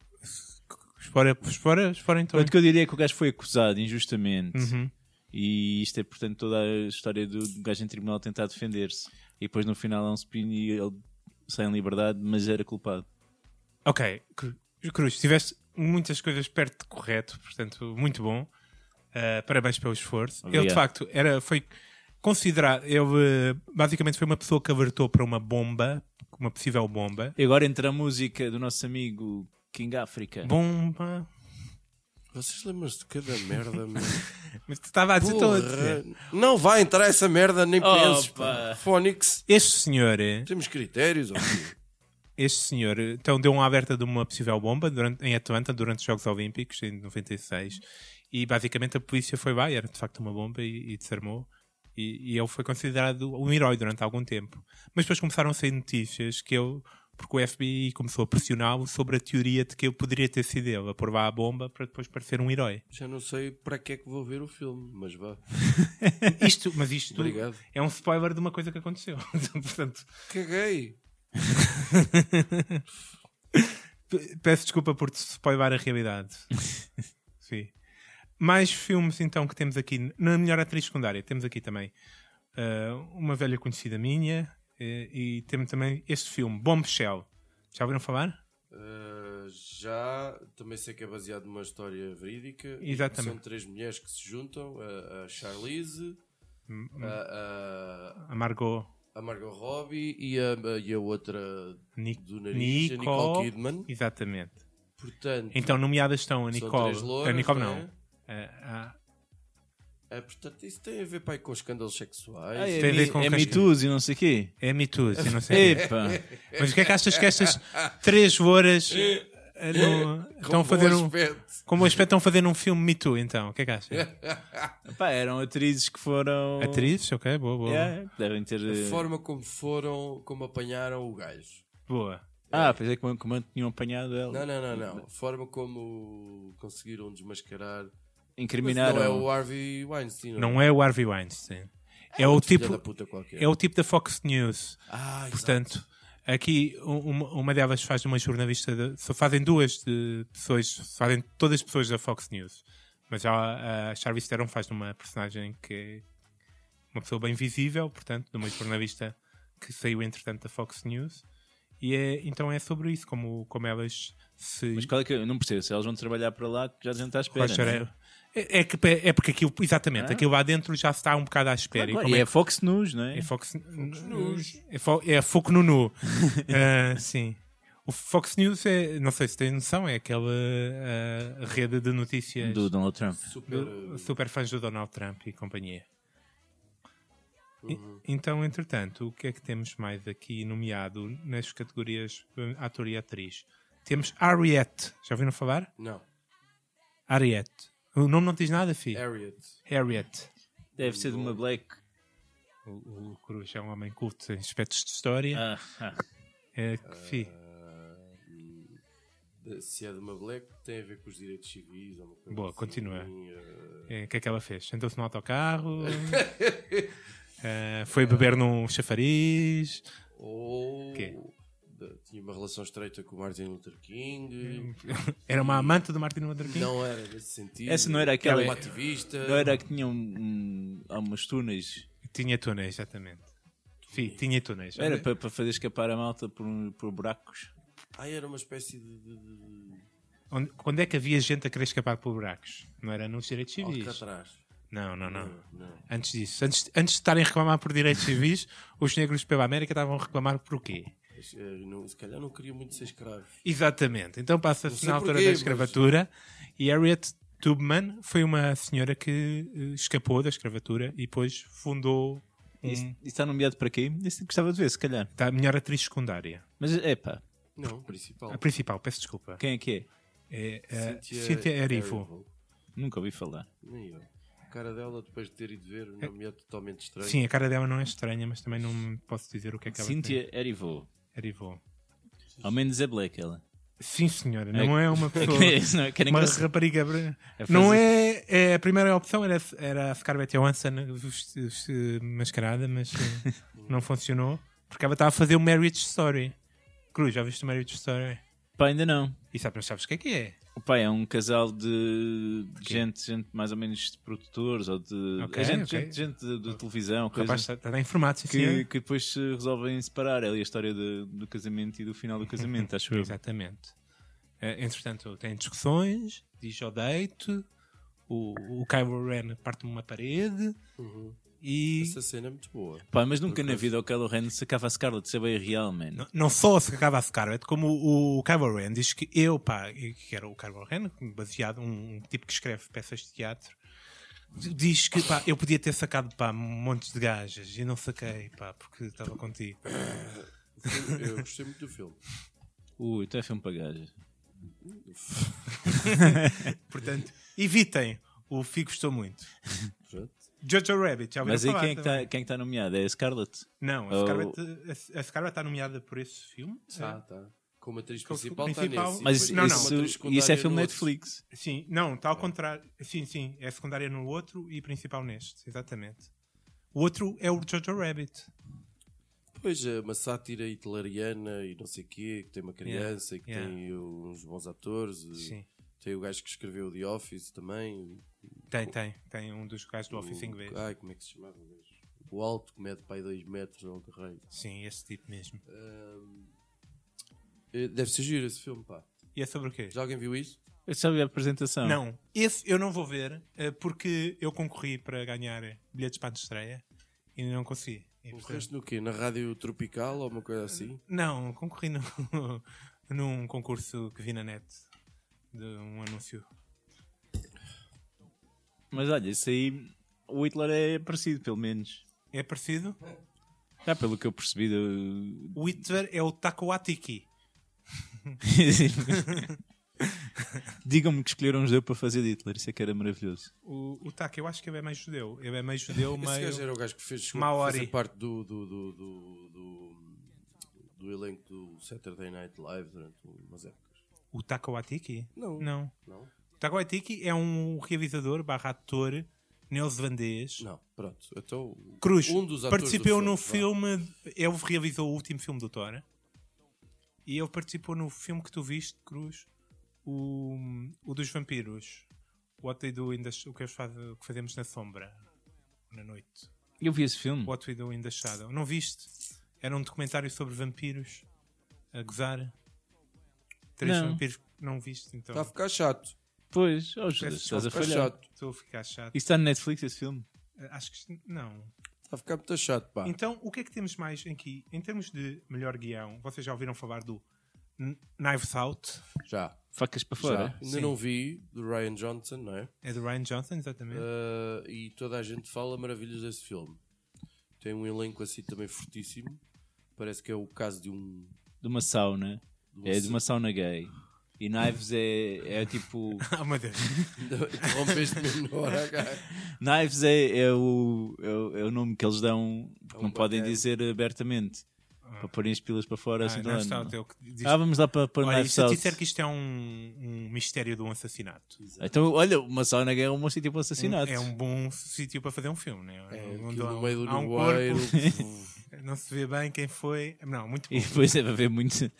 Speaker 2: Espora, espora, espora então.
Speaker 4: O que eu diria é que o gajo foi acusado injustamente.
Speaker 2: Uhum.
Speaker 4: E isto é, portanto, toda a história do do gajo em tribunal tentar defender-se. E depois no final há um spin e ele sai em liberdade, mas era culpado.
Speaker 2: Ok, Cru- Cruz, tiveste muitas coisas perto de correto, portanto, muito bom. Uh, parabéns pelo esforço.
Speaker 4: Obrigado.
Speaker 2: Ele, de facto, era, foi considerado. Ele uh, basicamente foi uma pessoa que alertou para uma bomba, uma possível bomba.
Speaker 4: E agora entra a música do nosso amigo King Africa.
Speaker 2: Bomba.
Speaker 3: Vocês lembram-se de cada merda,
Speaker 2: [LAUGHS]
Speaker 3: meu?
Speaker 2: Mas tu estava a dizer, estou a
Speaker 3: Porra.
Speaker 2: dizer.
Speaker 3: Não vai entrar essa merda, nem
Speaker 4: Opa.
Speaker 3: penses. pá. Fónix,
Speaker 2: Este senhor, eh,
Speaker 3: temos critérios. ó, filho.
Speaker 2: este senhor então deu um alerta de uma possível bomba durante, em Atlanta durante os Jogos Olímpicos em 96 e basicamente a polícia foi lá, e era de facto uma bomba e, e desarmou e, e ele foi considerado um herói durante algum tempo mas depois começaram a sair notícias que ele porque o FBI começou a pressioná-lo sobre a teoria de que ele poderia ter sido ele a pôr lá a bomba para depois parecer um herói
Speaker 3: [LAUGHS] Já não sei para que é que vou ver o filme, mas vá.
Speaker 2: isto, mas isto
Speaker 3: Obrigado.
Speaker 2: é um spoiler de uma coisa que aconteceu [LAUGHS] portanto
Speaker 3: Caguei.
Speaker 2: Pe- Peço desculpa por te spoiler a realidade. Sim. Mais filmes então que temos aqui. Na melhor atriz secundária, temos aqui também ah, uma velha conhecida minha eh, e temos também este filme, Bombshell. Já ouviram falar?
Speaker 3: Uh, já também sei que é baseado numa história verídica.
Speaker 2: Exatamente.
Speaker 3: São três mulheres
Speaker 2: Hum,
Speaker 3: que se juntam: a, a Charlize, a,
Speaker 2: A Margot
Speaker 3: a, a Margot Robbie e a, e a outra
Speaker 2: Ni-
Speaker 3: do nariz, a Nicole Kidman.
Speaker 2: Exatamente.
Speaker 3: Portanto,
Speaker 2: Então, nomeadas estão a
Speaker 3: São
Speaker 2: Nicole.
Speaker 3: três louras,
Speaker 2: a Nicole
Speaker 3: não
Speaker 2: não. Eh,
Speaker 3: é?
Speaker 2: A- a-
Speaker 3: é, portanto, isso tem a ver pai, com escândalos sexuais.
Speaker 4: Ah, é
Speaker 2: tem a ver
Speaker 4: mi-
Speaker 2: com
Speaker 4: é
Speaker 2: quem-
Speaker 4: mitus e não sei o quê.
Speaker 2: é Me Too, se não sei.
Speaker 4: Epa!
Speaker 2: Mas o que é que achas que estas três louras eh, não- estão a fazer um.
Speaker 3: aspecto.
Speaker 2: Como aspecto estão a fazer um filme Me Too, então? O que é que achas?
Speaker 4: Pá, eram atrizes que foram.
Speaker 2: Atrizes? Ok, boa, boa.
Speaker 4: Yeah, devem ter. eh,
Speaker 2: É.
Speaker 3: A forma como foram, como apanharam o gajo.
Speaker 2: Boa.
Speaker 4: Ah, pensei que como tinham apanhado ela.
Speaker 3: Não, não, não, não. A forma como conseguiram desmascarar. Mas
Speaker 4: Incriminaram.
Speaker 3: não é o Harvey Weinstein.
Speaker 2: Não é o Harvey Weinstein. É, o
Speaker 3: filha
Speaker 2: tipo.
Speaker 3: da puta qualquer.
Speaker 2: É o tipo da Fox News.
Speaker 3: Ah, exato.
Speaker 2: Portanto, aqui um- uma, uma delas faz de uma jornalista, de- só fazem duas de pessoas, fazem todas as pessoas da Fox News. Mas já a Charlize Theron faz de uma personagem que é uma pessoa bem visível, portanto, de uma jornalista que saiu entretanto da Fox News. E é- então é sobre isso, como, como elas se.
Speaker 4: Mas qual é que eu não percebo? Se elas vão trabalhar para lá, já a gente está à espera.
Speaker 2: Roger,
Speaker 4: não é?
Speaker 2: é, é que, é porque aquilo, exatamente, aquilo lá dentro já está um bocado à espera. e
Speaker 4: Claro, claro.
Speaker 2: como
Speaker 4: E
Speaker 2: é
Speaker 4: é Fox News, não é?
Speaker 2: é Fox News. É, fo é Foco no [LAUGHS] Nu. Ah, sim. O Fox News é, não sei se têm noção, é aquela ah, rede de notícias
Speaker 4: Do
Speaker 2: do,
Speaker 4: Donald Trump.
Speaker 3: Super,
Speaker 2: super fãs do Donald Trump e companhia. E- então, entretanto, o que é que temos mais aqui nomeado nas categorias eh, ator e atriz? Temos Ariette. Já ouviram falar?
Speaker 3: Não.
Speaker 2: Ariette. O nome não diz nada, filho.
Speaker 3: Harriet.
Speaker 2: Harriet.
Speaker 4: Deve ser de uma Black.
Speaker 2: O, o Cruz é um homem culto em aspectos de história.
Speaker 4: Ah, ah.
Speaker 2: É, que, fi.
Speaker 3: De- Se é de uma black, tem a ver com os direitos civis. ou uma coisa
Speaker 2: Boa,
Speaker 3: assim.
Speaker 2: continua.
Speaker 3: Eh,
Speaker 2: É, O que é que ela fez? Sentou-se no
Speaker 4: [LAUGHS]
Speaker 2: autocarro, eh, foi beber num chafariz,
Speaker 3: Ou.
Speaker 2: Quê?
Speaker 3: de- Tinha uma relação estreita com o Martin Luther
Speaker 2: Hum,
Speaker 3: King.
Speaker 2: era uma amante do Martin Luther King.
Speaker 3: Não era nesse sentido.
Speaker 4: Essa não era aquela-
Speaker 3: Era uma ativista.
Speaker 4: Não era que tinham um, há umas túneis.
Speaker 2: Tinha túneis, exatamente. Fih, tinha túneis.
Speaker 4: Era para, para fazer escapar a malta por, por buracos.
Speaker 3: Ah, era uma espécie de. de, de...
Speaker 2: Onde, quando é que havia gente a querer escapar por buracos? Não era nos direitos
Speaker 4: Oh,
Speaker 2: civis.
Speaker 3: Alcatraz.
Speaker 2: Não, não,
Speaker 4: Hum.
Speaker 2: não.
Speaker 3: Ah, Não.
Speaker 2: Antes disso, antes, antes de estarem a reclamar por direitos civis, os negros pela América estavam a reclamar por o quê?
Speaker 3: Mas, eh, não- Se calhar não queria muito ser escravo.
Speaker 2: Exatamente. Então passa-se
Speaker 3: sei
Speaker 2: na altura
Speaker 3: porquê,
Speaker 2: da
Speaker 3: mas-
Speaker 2: escravatura e Harriet Tubman foi uma senhora que eh, escapou da escravatura e depois fundou um,
Speaker 4: Isso, isso está nomeado para quê? Isso gostava de ver, se calhar.
Speaker 2: da melhor atriz secundária.
Speaker 4: Mas é pá,
Speaker 3: Não, principal.
Speaker 4: Ah,
Speaker 2: A principal, peço desculpa.
Speaker 4: quem é que é?
Speaker 2: É, eh, Cynthia Erivo.
Speaker 4: Nunca ouvi falar.
Speaker 3: Nem eu. A cara dela, depois de ter ido ver,
Speaker 4: É.
Speaker 3: uma mulher totalmente estranha.
Speaker 2: Sim, a cara dela não é estranha, mas também não me posso dizer o que é que ela tem.
Speaker 4: Cynthia Erivo.
Speaker 2: Erivo.
Speaker 4: Ao menos é Black ela.
Speaker 2: Sim, senhora, não é uma pessoa.
Speaker 4: [LAUGHS] Isso não é que era
Speaker 2: Uma
Speaker 4: engraçado.
Speaker 2: rapariga. br-
Speaker 4: É
Speaker 2: não
Speaker 4: fazer-
Speaker 2: é, é. A primeira opção era, era a Scarlett Johansson vest- vest- mascarada, mas
Speaker 4: [LAUGHS]
Speaker 2: eh, não funcionou. Porque ela estava a fazer o Marriage Story. Cruz, já viste o Marriage Story?
Speaker 4: Pá, ainda não.
Speaker 2: E sabes, sabes o que é que é?
Speaker 4: O pai é um casal de gente, gente mais ou menos de produtores ou de
Speaker 2: Ok,
Speaker 4: é gente,
Speaker 2: ok.
Speaker 4: gente, gente de, de televisão,
Speaker 2: O
Speaker 4: coisa
Speaker 2: rapaz está, está informado, sim,
Speaker 4: é. que,
Speaker 2: senhor.
Speaker 4: que depois se resolvem separar. É ali a história de- do casamento e
Speaker 2: [LAUGHS]
Speaker 4: do final do casamento, acho eu.
Speaker 2: Exatamente. Eh, entretanto, tem discussões, diz odeio o, o Kylo Ren parte-me uma parede
Speaker 4: Uhum.
Speaker 2: e.
Speaker 3: Essa cena é muito boa.
Speaker 4: Pá, mas nunca na vida o Kylo Ren sacava a Scarlett, isso é bem real, man.
Speaker 2: Não- Não só se acaba a Scarlett, como o, o Kylo Ren diz que eu, pá, que era o Kylo Ren, baseado, um, um tipo que escreve peças de teatro, diz que, pá, eu podia ter sacado, pá, montes de gajas e não saquei, pá, porque estava contigo.
Speaker 3: Eu gostei muito do
Speaker 4: [LAUGHS]
Speaker 3: filme.
Speaker 4: Ui, então é filme para gajas.
Speaker 2: Portanto, evitem o Fih gostou muito.
Speaker 3: Pronto.
Speaker 2: Jojo Rabbit, já ouviram
Speaker 4: Mas aí
Speaker 2: falar
Speaker 4: quem é que
Speaker 2: também?
Speaker 4: está quem é que tá nomeado? É a Scarlett?
Speaker 2: Não, a
Speaker 4: Oh.
Speaker 2: Scarlett- a- a Scarlett está nomeada por esse filme?
Speaker 3: Tá, tá. Como atriz
Speaker 2: Como
Speaker 3: principal,
Speaker 2: principal.
Speaker 3: tá nesse.
Speaker 4: Mas
Speaker 3: E
Speaker 2: Não,
Speaker 3: depois
Speaker 4: isso,
Speaker 3: como atriz
Speaker 4: isso é
Speaker 3: secundária
Speaker 4: filme
Speaker 3: no outro.
Speaker 4: Netflix.
Speaker 2: Sim, não, está ao
Speaker 4: Ah.
Speaker 2: contrário. Sim, sim, é secundária no outro e principal neste, exatamente. O outro é o Jojo Rabbit.
Speaker 3: Pois é, uma sátira hitleriana e não sei o quê, que tem uma criança e que
Speaker 2: yeah.
Speaker 3: tem uns bons atores. e
Speaker 2: Sim.
Speaker 3: Tem o gajo que escreveu o The Office também.
Speaker 2: Tem, tem. Tem um dos gajos do Office inglês.
Speaker 3: O... Ai, como é que se chamava o gajo? O alto que mede para aí 2 metros, não carrego.
Speaker 2: Sim, esse tipo mesmo.
Speaker 3: Eh, Deve ser giro esse filme, pá.
Speaker 2: E é sobre o quê?
Speaker 3: Já alguém viu isso?
Speaker 4: Eu só vi a apresentação.
Speaker 2: Não, esse eu não vou ver eh, porque eu concorri para ganhar bilhetes para a estreia e não consegui. E, portanto,
Speaker 3: Correste Um no quê? Na Rádio Tropical ou uma coisa assim?
Speaker 2: Não, concorri no- [LAUGHS] num concurso que vi na net de um anúncio.
Speaker 4: Mas olha, isso aí. O Hitler é parecido, pelo menos.
Speaker 2: É parecido?
Speaker 4: Já pelo que eu percebi. Do...
Speaker 2: O Hitler é o Takawatiki.
Speaker 4: [LAUGHS] Digam-me que escolheram um judeu para fazer de Hitler, isso é que era maravilhoso.
Speaker 2: O, o Taka, eu acho que ele é meio judeu. Ele é meio judeu,
Speaker 3: [LAUGHS] Esse gajo
Speaker 2: meio.
Speaker 3: era o gajo que fez desculpa,
Speaker 2: Maori.
Speaker 3: fazer parte do, do, do, do, do- do elenco do Saturday Night Live durante umas épocas.
Speaker 2: O Takawatiki?
Speaker 3: Não.
Speaker 2: Não.
Speaker 3: Não?
Speaker 2: O Takawatiki é um realizador barra ator neozelandês.
Speaker 3: Não, pronto. Então,
Speaker 2: Cruz,
Speaker 3: um dos atores
Speaker 2: participou
Speaker 3: do
Speaker 2: no
Speaker 3: vá.
Speaker 2: filme. Ele realizou o último filme do Thor. E ele participou no filme que tu viste, Cruz, o, o dos vampiros. What they do in the, o, que eles fazem, o que fazemos na sombra, na noite.
Speaker 4: Eu vi esse filme.
Speaker 2: What we do in the shadow. Não viste? Era um documentário sobre vampiros a gozar. Três
Speaker 4: Não.
Speaker 2: vampiros que não viste, então.
Speaker 3: Está tá a ficar chato.
Speaker 4: Pois, oh, Judas,
Speaker 2: Peço
Speaker 4: estás a
Speaker 3: Está a
Speaker 4: falhar.
Speaker 3: ficar chato.
Speaker 2: Estou a ficar chato. Eh,
Speaker 4: Isso está na Netflix, esse filme.
Speaker 2: Acho que não.
Speaker 3: Está tá a ficar muito chato, pá.
Speaker 2: Então, o que é que temos mais aqui? Em termos de melhor guião, vocês já ouviram falar do N- Knives Out?
Speaker 3: Já.
Speaker 4: Facas para
Speaker 3: já.
Speaker 4: fora.
Speaker 3: Ainda não vi, do Ryan Johnson, não é?
Speaker 2: É do Ryan Johnson, exatamente.
Speaker 3: Uh, e toda a gente fala maravilhas desse filme. Tem um elenco assim também fortíssimo. Parece que é o caso de um. [LAUGHS]
Speaker 4: De uma sauna.
Speaker 3: de um
Speaker 4: É de uma sauna gay. E Knives é, é tipo. [LAUGHS]
Speaker 2: [LAUGHS] Ah, meu Deus.
Speaker 3: um Interrompeste-me
Speaker 2: [LAUGHS]
Speaker 3: na hora, cara.
Speaker 4: Knives é, é o, é, o, é o nome que eles dão,
Speaker 2: É
Speaker 4: que não
Speaker 3: um
Speaker 4: podem
Speaker 3: papel.
Speaker 4: dizer abertamente. Para porem as pilas para fora.
Speaker 2: Ah,
Speaker 4: assim,
Speaker 2: Knives
Speaker 4: não,
Speaker 2: Out
Speaker 4: não.
Speaker 2: é o que diz.
Speaker 4: ah vamos lá para, para
Speaker 2: Olha, e
Speaker 4: Knives
Speaker 2: se eu
Speaker 4: Out.
Speaker 2: disser que isto é um, um mistério de um assassinato?
Speaker 4: Então, olha, uma sauna gay é um bom sítio para o assassinato.
Speaker 2: É um bom sítio para fazer um filme, né?
Speaker 3: É,
Speaker 2: Onde
Speaker 3: aquilo
Speaker 2: há
Speaker 3: no
Speaker 2: um-
Speaker 3: meio do
Speaker 2: há um
Speaker 3: Uruguai.
Speaker 2: corpo,
Speaker 3: do-
Speaker 2: [LAUGHS] não se vê bem quem foi. Não, muito bom.
Speaker 4: E depois deve haver muito,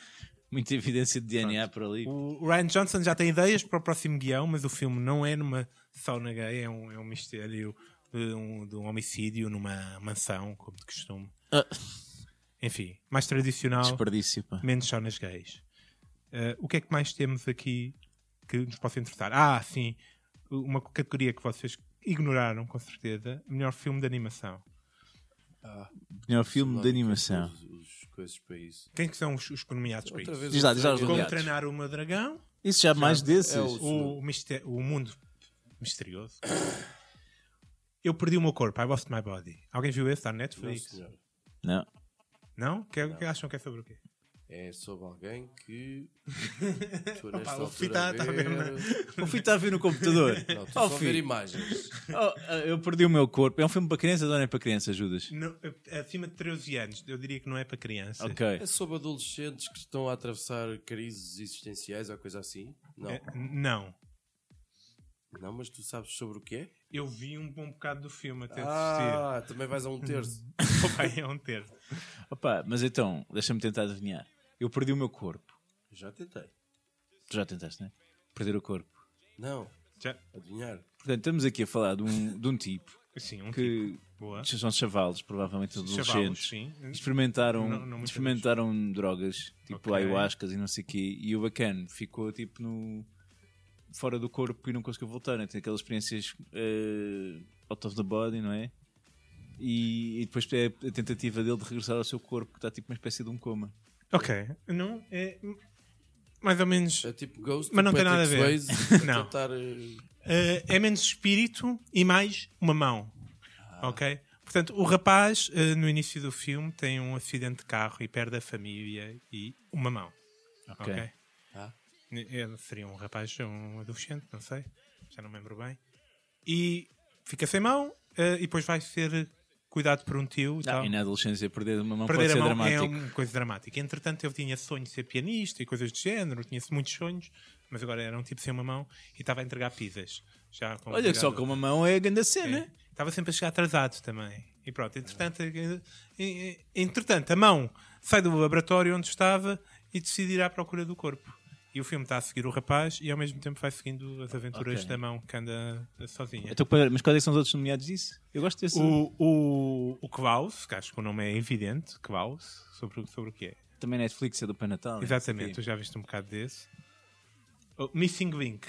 Speaker 4: muita evidência de DNA por ali.
Speaker 3: tipo.
Speaker 2: O Ryan Johnson já tem ideias para o próximo guião, mas o filme não é numa sauna gay, é um, é um mistério de um, de um homicídio numa mansão, como de costume.
Speaker 4: Ah.
Speaker 2: Enfim, mais tradicional,
Speaker 4: Desperdício, pá.
Speaker 2: menos saunas gays. Eh, o que é que mais temos aqui que nos possa interessar? Ah, sim, uma categoria que vocês ignoraram, com certeza, melhor filme de animação.
Speaker 4: Melhor [LAUGHS] filme de
Speaker 3: Sei lá,
Speaker 4: animação.
Speaker 3: Os, os coisas para isso.
Speaker 2: Quem que são os, os nomeados para
Speaker 3: Outra
Speaker 2: isso?
Speaker 3: vez.
Speaker 4: Diz lá, diz lá os
Speaker 3: Como
Speaker 2: Como
Speaker 4: nomeados.
Speaker 2: treinar o meu dragão,
Speaker 4: Isso já mais desses.
Speaker 3: É o-
Speaker 2: o, misté- o mundo misterioso. Eu perdi o meu corpo, I lost my body. Alguém viu esse? Está na
Speaker 3: Não,
Speaker 2: Netflix?
Speaker 3: senhor.
Speaker 4: Não.
Speaker 2: Não? Que, que acham que é sobre o quê?
Speaker 3: É sobre alguém
Speaker 2: [LAUGHS]
Speaker 3: que. Tu
Speaker 2: Opa,
Speaker 3: nesta
Speaker 2: o
Speaker 3: altura
Speaker 2: Fita tá está a ver na-
Speaker 4: O filho está a ver no [LAUGHS] computador.
Speaker 2: [LAUGHS]
Speaker 3: Não, estou
Speaker 4: Oh,
Speaker 3: só a ver
Speaker 4: filho.
Speaker 3: imagens.
Speaker 4: Oh, ah, eu perdi o meu corpo. É um filme para crianças ou não é para crianças, Judas?
Speaker 2: Não, acima de 13 anos, eu diria que não é para criança.
Speaker 3: É
Speaker 4: Ok.
Speaker 3: sobre adolescentes que estão a atravessar crises existenciais ou coisa assim? Não.
Speaker 2: É, não.
Speaker 3: Não, mas tu sabes sobre o que é?
Speaker 2: Eu vi um bom bocado do filme até assistir.
Speaker 3: Ah, também vais a um terço.
Speaker 2: [LAUGHS] Opa, é um terço.
Speaker 4: Opa, mas então, deixa-me tentar adivinhar. Eu perdi o meu corpo.
Speaker 3: Já tentei.
Speaker 4: Tu já tentaste, não é? Perder o corpo.
Speaker 3: Não,
Speaker 2: Já,
Speaker 3: adivinhar.
Speaker 4: Portanto, estamos aqui a falar de um, de um tipo
Speaker 2: sim, um tipo.
Speaker 4: que
Speaker 2: Boa.
Speaker 4: são chavalos, provavelmente adolescentes.
Speaker 2: Chavalos, sim.
Speaker 4: Uhum. experimentaram,
Speaker 2: Não- não muito
Speaker 4: experimentaram drogas, tipo
Speaker 2: Ok.
Speaker 4: ayahuascas e não sei o quê, e o bacana ficou tipo no fora do corpo e não conseguiu voltar, né? tem aquelas experiências eh, out of the body, não é? E, e depois é a tentativa dele de regressar ao seu corpo, que está tipo uma espécie de um coma.
Speaker 2: Ok. Não, é. Mais ou menos.
Speaker 3: É tipo Ghost.
Speaker 2: Mas não
Speaker 3: do
Speaker 2: tem nada a
Speaker 3: Patrick
Speaker 2: ver. [LAUGHS]
Speaker 3: Swayze,
Speaker 2: Não.
Speaker 3: Tentar, eh,
Speaker 2: Uh, é menos espírito e mais uma mão. Ok? Portanto, o rapaz, uh, no início do filme, tem um acidente de carro e perde a família e uma mão. Ok?
Speaker 3: Ah.
Speaker 2: Ele seria um rapaz, um adolescente, não sei. Já não me lembro bem. E fica sem mão uh, e depois vai ser cuidado por um tio. e tal.
Speaker 4: Ah, e na adolescência perder uma mão pode
Speaker 2: Perder a
Speaker 4: ser
Speaker 2: mão é
Speaker 4: dramático.
Speaker 2: uma coisa dramática. Entretanto, eu tinha sonho de ser pianista e coisas do género, tinha-se muitos sonhos, mas agora era um tipo sem uma mão e estava a entregar pizzas. Já com
Speaker 4: Olha que só com uma mão é a grande cena.
Speaker 2: É. Estava sempre a chegar atrasado também. E pronto, entretanto, eh, eh, entretanto, a mão sai do laboratório onde estava e decide ir à procura do corpo. E o filme está a seguir o rapaz e ao mesmo tempo vai seguindo as aventuras
Speaker 4: Ok.
Speaker 2: da mão que anda sozinha.
Speaker 4: Então, pera, mas quais é que são os outros nomeados disso? Eu gosto desse.
Speaker 2: O, o, o Klaus, que acho que o nome é evidente, Klaus, sobre, o- sobre o que é.
Speaker 4: Também Netflix é do Pai Natal. né?
Speaker 2: Exatamente, tu
Speaker 4: Sim.
Speaker 2: já viste um bocado desse. Oh, Missing Link.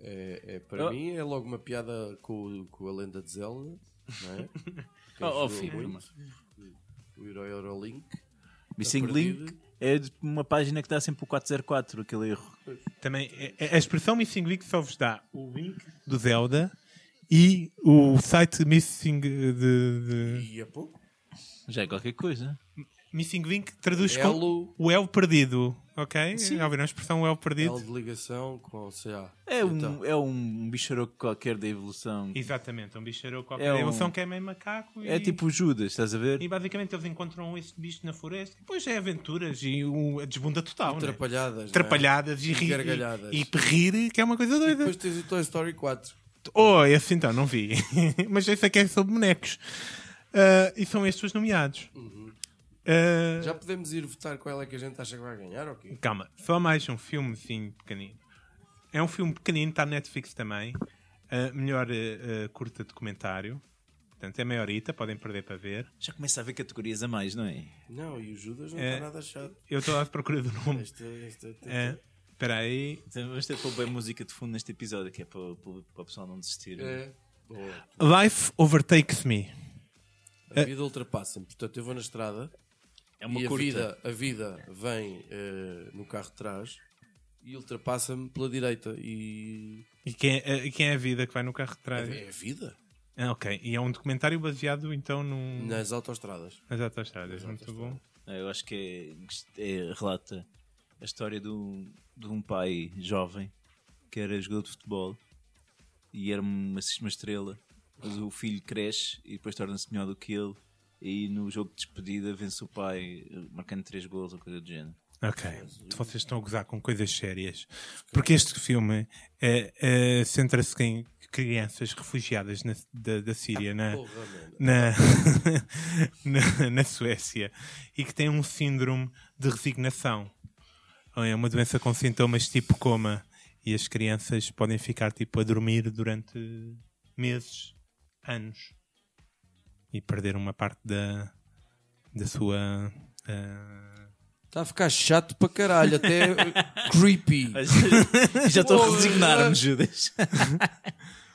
Speaker 3: é, é para
Speaker 4: Oh.
Speaker 3: Ah. é [LAUGHS] mim é logo uma piada com, o- com a lenda de Zelda, não é? que
Speaker 4: Oh, oh,
Speaker 3: ajudou
Speaker 4: Fibra,
Speaker 3: muito. O herói Eurolink.
Speaker 4: Missing
Speaker 3: A
Speaker 4: Link é de uma página que dá sempre o 404, aquele erro.
Speaker 2: Também, é, a- a- a expressão Missing Link só vos dá o link do Zelda e o site Missing, eh, de, de-
Speaker 3: E a pouco?
Speaker 4: Já é qualquer coisa.
Speaker 2: Missing Link traduz como
Speaker 3: Elo,
Speaker 2: o El Perdido, ok? Já ouviram a expressão o El Perdido?
Speaker 3: Elo de ligação com, sei lá.
Speaker 4: É um,
Speaker 3: Então,
Speaker 4: é um bicharoco qualquer da evolução.
Speaker 2: Exatamente, é um bicheiro qualquer.
Speaker 4: É
Speaker 2: É
Speaker 4: um-
Speaker 2: evolução que é meio macaco.
Speaker 4: É
Speaker 2: e...
Speaker 4: tipo o Judas, estás a ver?
Speaker 2: E basicamente eles encontram este bicho na floresta. e Depois é aventuras e o- a desbunda total. né?
Speaker 3: atrapalhadas. não é?
Speaker 2: Atrapalhadas e,
Speaker 3: E
Speaker 2: rir.
Speaker 3: gargalhadas.
Speaker 2: E, e rir, que é uma coisa
Speaker 3: E
Speaker 2: doida.
Speaker 3: depois tens o Toy Story 4.
Speaker 2: Oh, esse então, não vi. [LAUGHS] Mas esse aqui é sobre bonecos. Ah, e são estes os nomeados. Ah,
Speaker 3: Já podemos ir votar qual é que a gente acha que vai ganhar ou quê?
Speaker 2: Calma, só mais um filmezinho pequenino. É um filme pequenino, está na Netflix também. Ah, melhor ah, ah, curta documentário. Portanto, é maiorita, podem perder para ver.
Speaker 4: Já começa a haver categorias a mais, não é?
Speaker 3: Não, e o Judas não
Speaker 2: É.
Speaker 3: está nada chato.
Speaker 2: Eu estou à procura do nome.
Speaker 3: Esta, esta,
Speaker 2: Ah, Espera aí,
Speaker 4: Então vamos ter que pôr bem música de fundo neste episódio, que é para, para, para o pessoal não desistir.
Speaker 3: É. Boa.
Speaker 2: Life Overtakes Me.
Speaker 3: A vida ultrapassa-me. Portanto, eu vou na estrada
Speaker 4: É uma
Speaker 3: e a
Speaker 4: curta.
Speaker 3: vida, a vida vem eh, no carro de trás e ultrapassa-me pela direita. E.
Speaker 2: E quem, é- e quem é a vida que vai no carro de trás?
Speaker 3: É a vida?
Speaker 2: Ah, ok, e é um documentário baseado então num...
Speaker 3: Nas autoestradas.
Speaker 2: nas autostradas. Muito bom.
Speaker 4: Eu acho que é, é- relata a história do, de um pai jovem que era jogador de futebol e era uma, uma estrela, mas o filho cresce e depois torna-se melhor do que ele. E no jogo de despedida vence o pai eh, marcando 3 gols ou coisa do género. [LAUGHS]
Speaker 2: Ok, Então vocês estão a gozar com coisas sérias. Porque este filme é, é, centra-se em crianças refugiadas na- da, da Síria, na,
Speaker 3: Porra, mano.
Speaker 2: na, na, [LAUGHS] na Suécia, e que têm um síndrome de resignação. Ou É uma doença com sintomas tipo coma. E as crianças podem ficar tipo a dormir durante meses, anos. E perder uma parte da, da sua... ah,
Speaker 3: Está a ficar chato para caralho, [LAUGHS] até creepy.
Speaker 4: Já estou a
Speaker 3: Boa,
Speaker 4: resignar-me, Judas.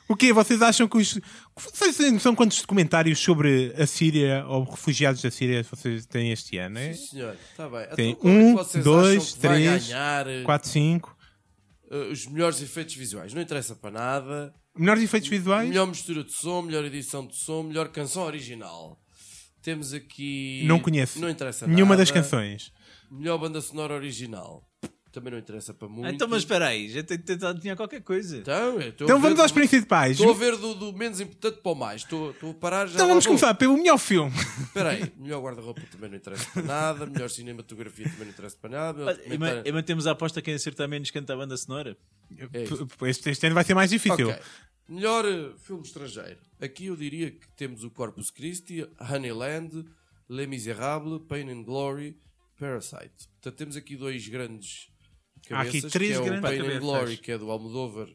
Speaker 2: O quê? Vocês acham que os. Vocês têm noção quantos documentários sobre a Síria ou refugiados da Síria vocês têm este ano? É?
Speaker 3: Sim, senhor, está bem.
Speaker 2: Tem
Speaker 3: Então, como é que
Speaker 2: um,
Speaker 3: vocês
Speaker 2: dois,
Speaker 3: acham que vai
Speaker 2: três,
Speaker 3: ganhar, eh,
Speaker 2: 4, 5.
Speaker 3: eh, os melhores efeitos visuais? Não interessa para nada.
Speaker 2: Melhores efeitos visuais?
Speaker 3: Melhor mistura de som, melhor edição de som, melhor canção original. Temos aqui.
Speaker 2: Não conheço
Speaker 3: Não interessa
Speaker 2: nenhuma
Speaker 3: nada.
Speaker 2: das canções.
Speaker 3: Melhor banda sonora original. Também não interessa para [LAUGHS] muito.
Speaker 4: Então, mas espera aí, já tenho tentado adivinhar qualquer coisa.
Speaker 3: Então, eu estou a
Speaker 2: Então
Speaker 3: ver
Speaker 2: vamos
Speaker 3: do-
Speaker 2: aos principais.
Speaker 3: Estou a ver do, do menos importante para o mais. Estou, estou a parar já.
Speaker 2: Então
Speaker 3: lá
Speaker 2: vamos
Speaker 3: vou.
Speaker 2: começar pelo melhor filme.
Speaker 3: Espera aí. Melhor guarda-roupa também não interessa para nada. Melhor cinematografia também não interessa para nada. Melhor
Speaker 4: Mas, e ma-
Speaker 3: documentário-
Speaker 4: e mantemos a aposta quem acertar menos canta a banda sonora?
Speaker 3: É isto.
Speaker 2: P- p- Este, este ano vai ser mais difícil.
Speaker 3: Ok. Melhor eh, filme estrangeiro. Aqui eu diria que temos o Corpus Christi, Honeyland, Les Miserables, Pain and Glory, Parasite. Portanto, temos aqui dois grandes
Speaker 2: Há aqui
Speaker 3: cabeças.
Speaker 2: três
Speaker 3: que é
Speaker 2: grandes
Speaker 3: o Pain
Speaker 2: cabeças.
Speaker 3: and Glory, que é do Almodóvar,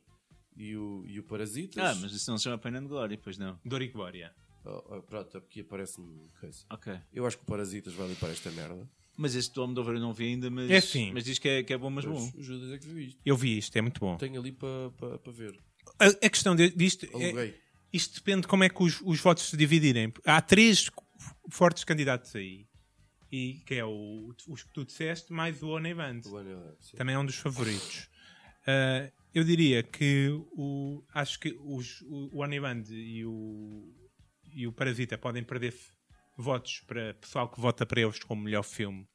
Speaker 3: e o, e o Parasitas.
Speaker 4: Ah, mas isso não se chama Pain and Glory, pois não.
Speaker 2: Dor e Glória.
Speaker 3: Oh, oh, pronto, aqui aparece-me coisa.
Speaker 4: Ok.
Speaker 3: Eu acho que o Parasitas vai limpar esta merda.
Speaker 4: Mas este do Almodóvar eu não vi ainda, mas,
Speaker 2: É sim.
Speaker 4: mas diz que é, que é bom, mas bom.
Speaker 3: Mas o Judas é que viu isto.
Speaker 2: Eu vi isto, é muito bom.
Speaker 3: Tenho ali para pa, pa ver.
Speaker 2: A, a questão de- disto. É,
Speaker 3: Aluguei.
Speaker 2: isto depende de como é que os, os votos se dividirem. Há três fortes candidatos aí. E que é o, os que tu disseste, mais o Oney Band.
Speaker 3: O Honeyland, sim.
Speaker 2: também é um dos favoritos. Ah, eu diria que o, acho que os, o, o Oniband e o, e o Parasita podem perder f- votos para pessoal que vota para eles como melhor filme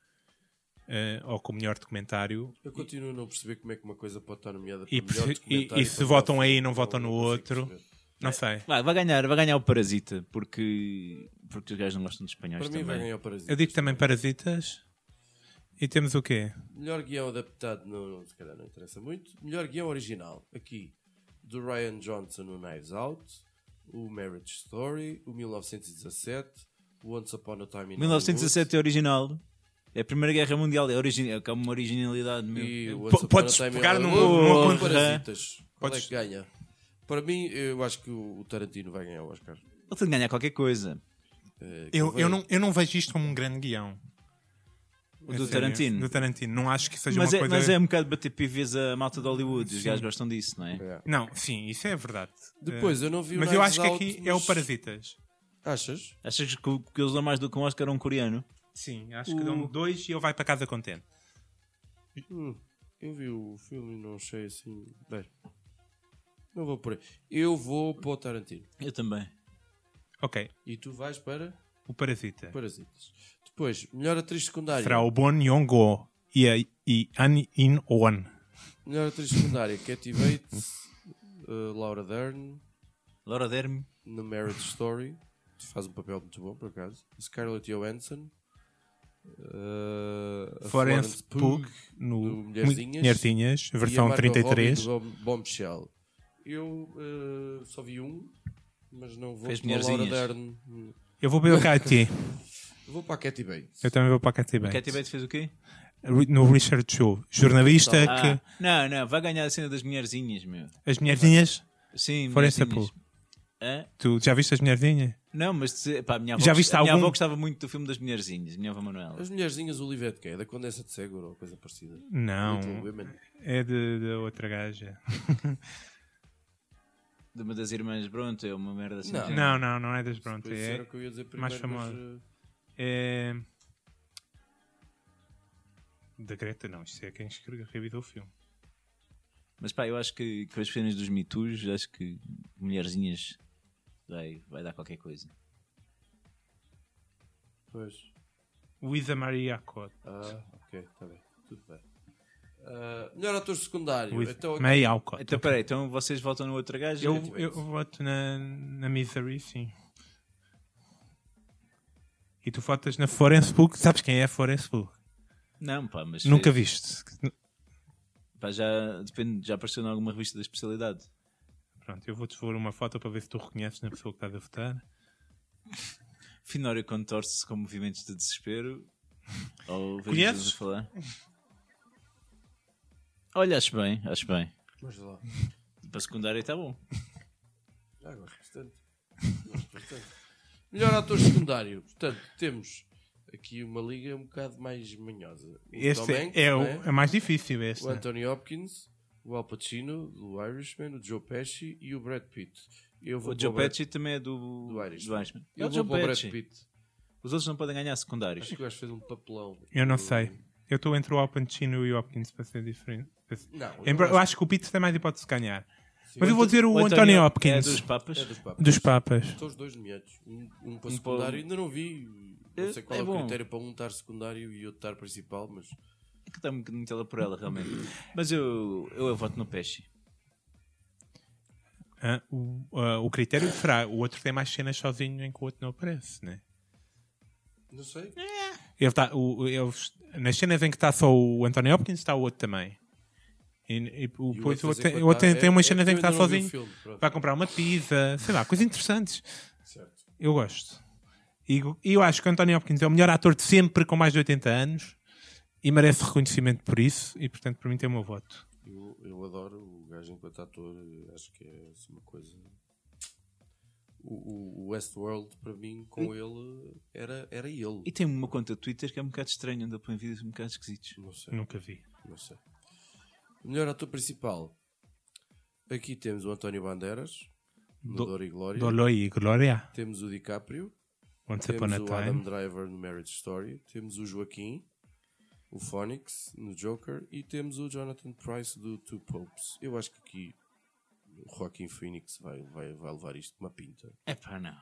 Speaker 2: ah, ou como melhor documentário.
Speaker 3: Eu continuo a não perceber como é que uma coisa pode estar nomeada para
Speaker 2: E
Speaker 3: melhor
Speaker 2: perce- e-
Speaker 3: documentário
Speaker 2: e se
Speaker 3: para melhor
Speaker 2: votam aí e
Speaker 3: filme.
Speaker 2: não votam no
Speaker 3: consigo
Speaker 2: outro?
Speaker 3: perceber.
Speaker 2: Não sei.
Speaker 4: Vai, vai ganhar, vai ganhar o Parasita, porque, porque os gajos não gostam de espanhóis
Speaker 3: Para mim vai
Speaker 4: também.
Speaker 3: ganhar o Parasita.
Speaker 2: Eu digo também Parasitas. E temos o quê?
Speaker 3: Melhor guião adaptado, não, não, se calhar não interessa muito. Melhor guião original, aqui, do Ryan Johnson, o Knives Out, o Marriage Story, o 1917, o Once Upon a Time in
Speaker 4: 1917 é original. É a Primeira Guerra Mundial, é, origin... é uma originalidade
Speaker 3: Hollywood,
Speaker 4: mesmo.
Speaker 3: e o
Speaker 2: Po-
Speaker 3: Once Upon
Speaker 2: podes
Speaker 3: a Time in
Speaker 2: pegar num-
Speaker 3: Hollywood,
Speaker 2: numa
Speaker 3: e
Speaker 4: conta-
Speaker 3: Parasitas. Qual é
Speaker 2: Podes-
Speaker 3: que ganha? Para mim, eu acho que o o Tarantino vai ganhar o
Speaker 2: É.
Speaker 3: Oscar.
Speaker 4: Ele tem de ganhar qualquer coisa.
Speaker 3: Eh,
Speaker 2: Eu,
Speaker 3: convém.
Speaker 2: eu, não, eu não vejo isto como um grande guião.
Speaker 4: O
Speaker 2: É
Speaker 4: do
Speaker 2: sério,
Speaker 4: Tarantino.
Speaker 2: Do Tarantino. Não acho que seja
Speaker 4: Mas
Speaker 2: uma
Speaker 4: é,
Speaker 2: coisa.
Speaker 4: mas é um bocado bater PVs a malta de Hollywood, os gajos gostam disso, não é?
Speaker 3: É.
Speaker 2: Não, sim, isso é verdade.
Speaker 3: Depois, eu não vi o
Speaker 2: Mas eu
Speaker 3: Knives
Speaker 2: acho que
Speaker 3: Out,
Speaker 2: aqui é o
Speaker 3: mas-
Speaker 2: Parasitas.
Speaker 3: Achas?
Speaker 4: Achas que, o- que eles dão mais do que um Oscar a um coreano?
Speaker 2: Sim, acho que dão dois e ele vai para casa contente.
Speaker 3: Hum, eu vi o filme e não achei assim. Bem, não vou por aí. Eu vou para o Tarantino.
Speaker 4: Eu também.
Speaker 2: Ok,
Speaker 3: E tu vais para
Speaker 2: o Parasita.
Speaker 3: Parasitas. Depois, melhor atriz secundária.
Speaker 2: Será o Bon Yong-go e a e An In-won.
Speaker 3: Melhor atriz secundária. Katie Bates, eh, Laura Dern,
Speaker 4: Laura Derme.
Speaker 3: na Marriage Story. que Faz um papel muito bom, por acaso. Scarlett Johansson. eh, a
Speaker 2: Florence Pugh
Speaker 3: do
Speaker 2: no
Speaker 3: Mulherzinhas.
Speaker 2: Mulherzinhas,
Speaker 3: e a
Speaker 2: versão
Speaker 3: Margot
Speaker 2: 33.
Speaker 3: Robbie do Bom- Bombshell. Eu eh, só vi um, mas não vou
Speaker 4: Fez
Speaker 3: para a Laura
Speaker 4: mulherzinhas.
Speaker 3: Dern.
Speaker 2: Eu vou para o Katy.
Speaker 3: Vou para a Katie Bates.
Speaker 2: Eu também vou para a Katy
Speaker 4: Katy
Speaker 2: Bates.
Speaker 4: Bates fez o quê?
Speaker 2: Ri- No Richard Chu, jornalista
Speaker 4: Ah,
Speaker 2: que
Speaker 4: não, não, vai ganhar a cena das mulherzinhas, meu.
Speaker 2: as mulherzinhas.
Speaker 4: Sim,
Speaker 2: Florence
Speaker 4: mulherzinhas.
Speaker 2: Pugh.
Speaker 4: Hã?
Speaker 2: Tu já viste as mulherzinhas?
Speaker 4: Não, mas se- pá, a minha avó,
Speaker 2: Já
Speaker 4: gost-
Speaker 2: viste
Speaker 4: a minha
Speaker 2: algum?
Speaker 4: avó gostava muito do filme das mulherzinhas, minha avó Manuela.
Speaker 3: As mulherzinhas, o livro é de quê? É Da Condessa de Seguro ou coisa parecida?
Speaker 2: Não,
Speaker 3: Little Women.
Speaker 2: é de, de outra
Speaker 3: [LAUGHS]
Speaker 2: gaja.
Speaker 4: De uma das irmãs Bronte, é uma merda assim.
Speaker 3: Não.
Speaker 2: Não, não, não é das Bronte.
Speaker 3: Pois era
Speaker 2: É,
Speaker 3: o que eu ia dizer primeiro,
Speaker 2: mais
Speaker 3: mas,
Speaker 2: famosa.
Speaker 3: eh,
Speaker 2: é... Da Greta, não. Isto é quem escreveu revidou o filme.
Speaker 4: Mas pá, eu acho que com as cenas dos mitus, acho que mulherzinhas vai, vai dar qualquer coisa.
Speaker 3: pois.
Speaker 2: Luísa Maria Cota.
Speaker 3: Ah, ok, está bem. Tudo bem. Ah, melhor ator secundário.
Speaker 2: Luísa
Speaker 3: Então,
Speaker 2: May Alcott.
Speaker 4: Então peraí, então vocês voltam no outro gajo?
Speaker 2: Eu, eu voto na, na Misery, sim. E tu votas na Florence Pugh. Sabes quem é a Florence Pugh?
Speaker 4: Não, pá, mas
Speaker 2: Nunca viste.
Speaker 4: Pá, já, depende, já apareceu em alguma revista da especialidade.
Speaker 2: Pronto, eu vou-te pôr uma foto para ver se tu reconheces na pessoa que estás a votar.
Speaker 4: Finório contorce-se com movimentos
Speaker 2: [LAUGHS]
Speaker 4: de desespero. Ou vejo
Speaker 2: Conheces?
Speaker 4: pessoas a falar. Olha, acho bem, acho bem.
Speaker 3: Mas lá.
Speaker 4: Para secundária está bom.
Speaker 3: Ah, gosto bastante. Gosto bastante. Melhor ator secundário. Portanto, temos aqui uma liga um bocado mais manhosa. O
Speaker 2: Este
Speaker 3: Tom
Speaker 2: é,
Speaker 3: Hanks,
Speaker 2: é o,
Speaker 3: não é?
Speaker 2: é mais difícil. Este,
Speaker 3: o Anthony Hopkins, o Al Pacino, do Irishman, o Joe Pesci e o Brad Pitt. Eu vou
Speaker 4: O Joe
Speaker 3: para Brad-
Speaker 4: Pesci também é do,
Speaker 3: do Irishman.
Speaker 4: É
Speaker 3: Eu
Speaker 4: o
Speaker 3: vou
Speaker 4: Joe
Speaker 3: para o Brad
Speaker 4: Pesci.
Speaker 2: tipo-
Speaker 3: Pitt.
Speaker 4: Os outros não podem ganhar
Speaker 2: [LAUGHS]
Speaker 4: secundários.
Speaker 3: Acho que o gajo fez um papelão.
Speaker 2: eu não sei. Eu estou entre o Al Pacino e o Hopkins para ser diferente. Para ser-
Speaker 3: Não, eu
Speaker 2: Embra-
Speaker 3: acho-
Speaker 2: eu acho que o Pitts tem mais hipótese de ganhar. Mas eu vou dizer o,
Speaker 4: Anthony
Speaker 2: Anthony,
Speaker 4: É
Speaker 2: Hopkins
Speaker 4: dos Papas.
Speaker 3: É dos papas.
Speaker 2: dos Papas.
Speaker 3: Estão os dois nomeados. Um, um para
Speaker 4: Um
Speaker 3: secundário,
Speaker 4: para-
Speaker 3: ainda não vi. Não
Speaker 4: É-
Speaker 3: sei qual
Speaker 4: é
Speaker 3: é, o
Speaker 4: bom.
Speaker 3: critério para um estar secundário e outro estar principal, mas
Speaker 4: É que está muito muito ela por ela, realmente. Mas eu, eu, eu voto no Pesci.
Speaker 2: Hã? o, ah, o critério será o outro tem mais cenas sozinho em que o outro não aparece, né?
Speaker 3: não sei.
Speaker 4: É.
Speaker 2: Ele tá, o, o- eles- nas cenas em que está só o Anthony Hopkins, está o outro também. E, e o,
Speaker 3: E
Speaker 2: depois o outro
Speaker 3: outro fazer
Speaker 2: tem, o
Speaker 3: contar-
Speaker 2: outro tem, tem
Speaker 3: é-
Speaker 2: umas
Speaker 3: é
Speaker 2: cenas em que
Speaker 3: porque eu
Speaker 2: está
Speaker 3: ainda não vi o
Speaker 2: sozinho.
Speaker 3: filme, pronto.
Speaker 2: vai comprar uma pizza, sei lá, coisas interessantes.
Speaker 3: Certo.
Speaker 2: Eu gosto. E go- e eu acho que o Anthony Hopkins é o melhor ator de sempre com mais de 80 anos e merece reconhecimento por isso. E portanto, para mim, tem o meu voto.
Speaker 3: Eu, eu adoro o gajo enquanto ator, eh, acho que é assim, uma coisa. O, o- o Westworld, para mim, com ele, era, era ele.
Speaker 4: Hum. E tem uma conta de Twitter que é um bocado estranha, anda põe vídeos um bocado esquisitos.
Speaker 3: Não sei,
Speaker 2: Nunca vi.
Speaker 3: não sei. Melhor ator principal. Aqui temos o António Bandeiras, no
Speaker 2: Do-
Speaker 3: Dor e Glória.
Speaker 2: Doloi e Gloria,
Speaker 3: Temos o DiCaprio.
Speaker 2: Once Upon a
Speaker 3: Temos o Adam
Speaker 2: Time.
Speaker 3: Driver no Marriage Story. Temos o Joaquim, o Phonics no Joker. E temos o Jonathan Price do Two Popes. Eu acho que aqui o Joaquim Phoenix vai, vai, vai levar isto de uma pinta.
Speaker 4: É pá, não.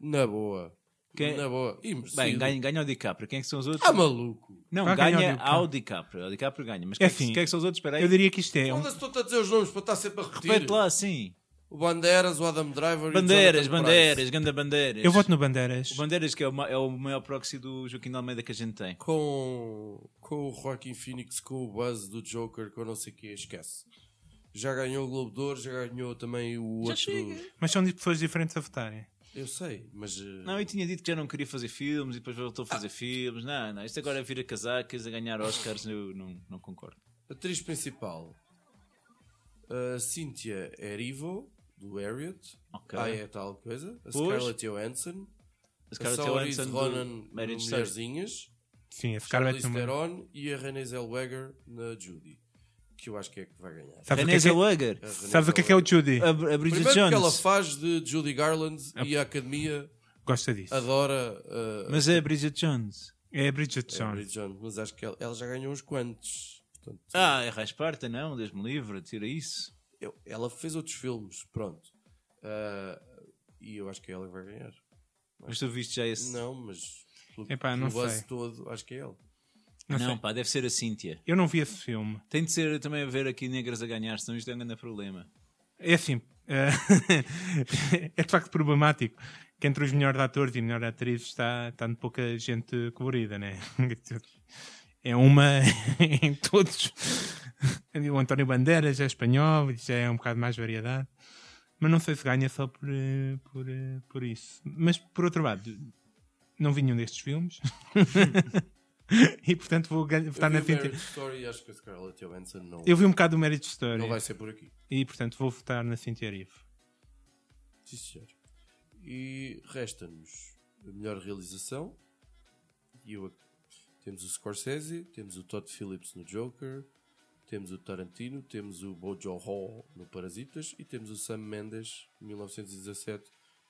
Speaker 3: Na boa.
Speaker 4: Quem-
Speaker 3: Na boa. E merecido.
Speaker 4: Bem, ganha, ganha o DiCaprio. Quem é que são os outros?
Speaker 3: Ah, maluco.
Speaker 4: não,
Speaker 2: vai ganhar
Speaker 4: ganha
Speaker 2: o DiCaprio.
Speaker 4: ao DiCaprio. O DiCaprio ganha.
Speaker 2: É
Speaker 4: Mas quem, é que-
Speaker 2: assim,
Speaker 4: quem é que são os outros? Espera aí.
Speaker 2: Eu diria que isto é um
Speaker 3: Onde estou a dizer os nomes para estar sempre a repetir?
Speaker 4: Repete lá, sim.
Speaker 3: O Bandeiras, o Adam Driver
Speaker 4: Bandeiras,
Speaker 3: e o Jonathan
Speaker 4: bandeiras,
Speaker 3: Price.
Speaker 4: ganda bandeiras.
Speaker 2: Eu voto no Bandeiras.
Speaker 4: O Bandeiras, que é o, ma- é o maior proxy do Joaquim de Almeida que a gente tem.
Speaker 3: Com, com o Joaquin Phoenix, com o Buzz do Joker, com não sei o quê, esquece. Já ganhou o Globo de Ouro, já ganhou também o outro. do-
Speaker 2: Mas são de pessoas diferentes a votarem.
Speaker 3: Eu sei, mas. eh,
Speaker 4: Não, eu tinha dito que já não queria fazer filmes e depois voltou a fazer filmes. Não, não. Isto agora é vir a casacas, a ganhar Oscars, eu não, não concordo.
Speaker 3: Atriz principal: a Cynthia Erivo, do Harriet.
Speaker 4: Ok.
Speaker 3: Ah, é tal coisa. A
Speaker 4: Pois.
Speaker 3: Scarlett Johansson.
Speaker 4: A
Speaker 3: A
Speaker 4: Scarlett
Speaker 3: Saoirse
Speaker 4: Johansson
Speaker 3: Ronan,
Speaker 4: do
Speaker 3: no
Speaker 4: Marriage Story.
Speaker 3: Mulherzinhas.
Speaker 2: Sim, a Scarlett
Speaker 3: Charlize
Speaker 2: não...
Speaker 3: Theron e a Renée Zellweger na Judy. Que eu acho que é que vai ganhar.
Speaker 2: Sabes o que
Speaker 4: Renée
Speaker 2: é que é-
Speaker 4: Zellweger.
Speaker 3: A Renée
Speaker 2: Sabes o que é que é o Judy?
Speaker 4: A, a Bridget
Speaker 3: Primeiro que ela
Speaker 4: Jones.
Speaker 3: faz de Judy Garland e a Academia
Speaker 2: gosta disso.
Speaker 3: Adora uh,
Speaker 4: Mas é a Bridget Jones.
Speaker 2: É a Bridget
Speaker 3: a
Speaker 2: Jones.
Speaker 3: Bridget Jones, mas acho que ela, ela já ganhou uns quantos. Portanto,
Speaker 4: Ah, é Rasparta, não, Deus-me livre, tira isso.
Speaker 3: eu- ela fez outros filmes, pronto. Ah, e eu acho que é ela que vai ganhar.
Speaker 4: Mas tu viste já esse.
Speaker 3: Não, mas pelo,
Speaker 2: Epá, não
Speaker 3: pelo buzz
Speaker 2: sei.
Speaker 3: todo, acho que é ela.
Speaker 2: Não
Speaker 4: Não,
Speaker 2: sei.
Speaker 4: pá, deve ser a Cíntia.
Speaker 2: Eu não vi esse filme.
Speaker 4: Tem de ser também a ver aqui negras a ganhar, senão isto é um grande problema.
Speaker 2: É assim. eh, [LAUGHS] é de facto problemático que entre os melhores atores e melhores atrizes está, está de pouca gente colorida, né? [LAUGHS] É uma [LAUGHS] em todos. O António Bandeiras é espanhol, já é um bocado mais variedade. Mas não sei se ganha só por, eh, por, eh, por isso. Mas por outro lado, não vi nenhum destes filmes. [LAUGHS] e portanto vou gan- votar
Speaker 3: eu
Speaker 2: na
Speaker 3: vi o
Speaker 2: Cintia.
Speaker 3: Marriage Story e acho que a Scarlett Johansson não,
Speaker 2: Eu vi um bocado do Marriage Story.
Speaker 3: não vai ser por aqui.
Speaker 2: E portanto vou votar na Cintia Erivo.
Speaker 3: Sim, senhor. E resta-nos a melhor realização. E eu ac- temos o Scorsese, temos o Todd Phillips no Joker, temos o Tarantino, temos o Bojo Hall no Parasitas e temos o Sam Mendes 1917,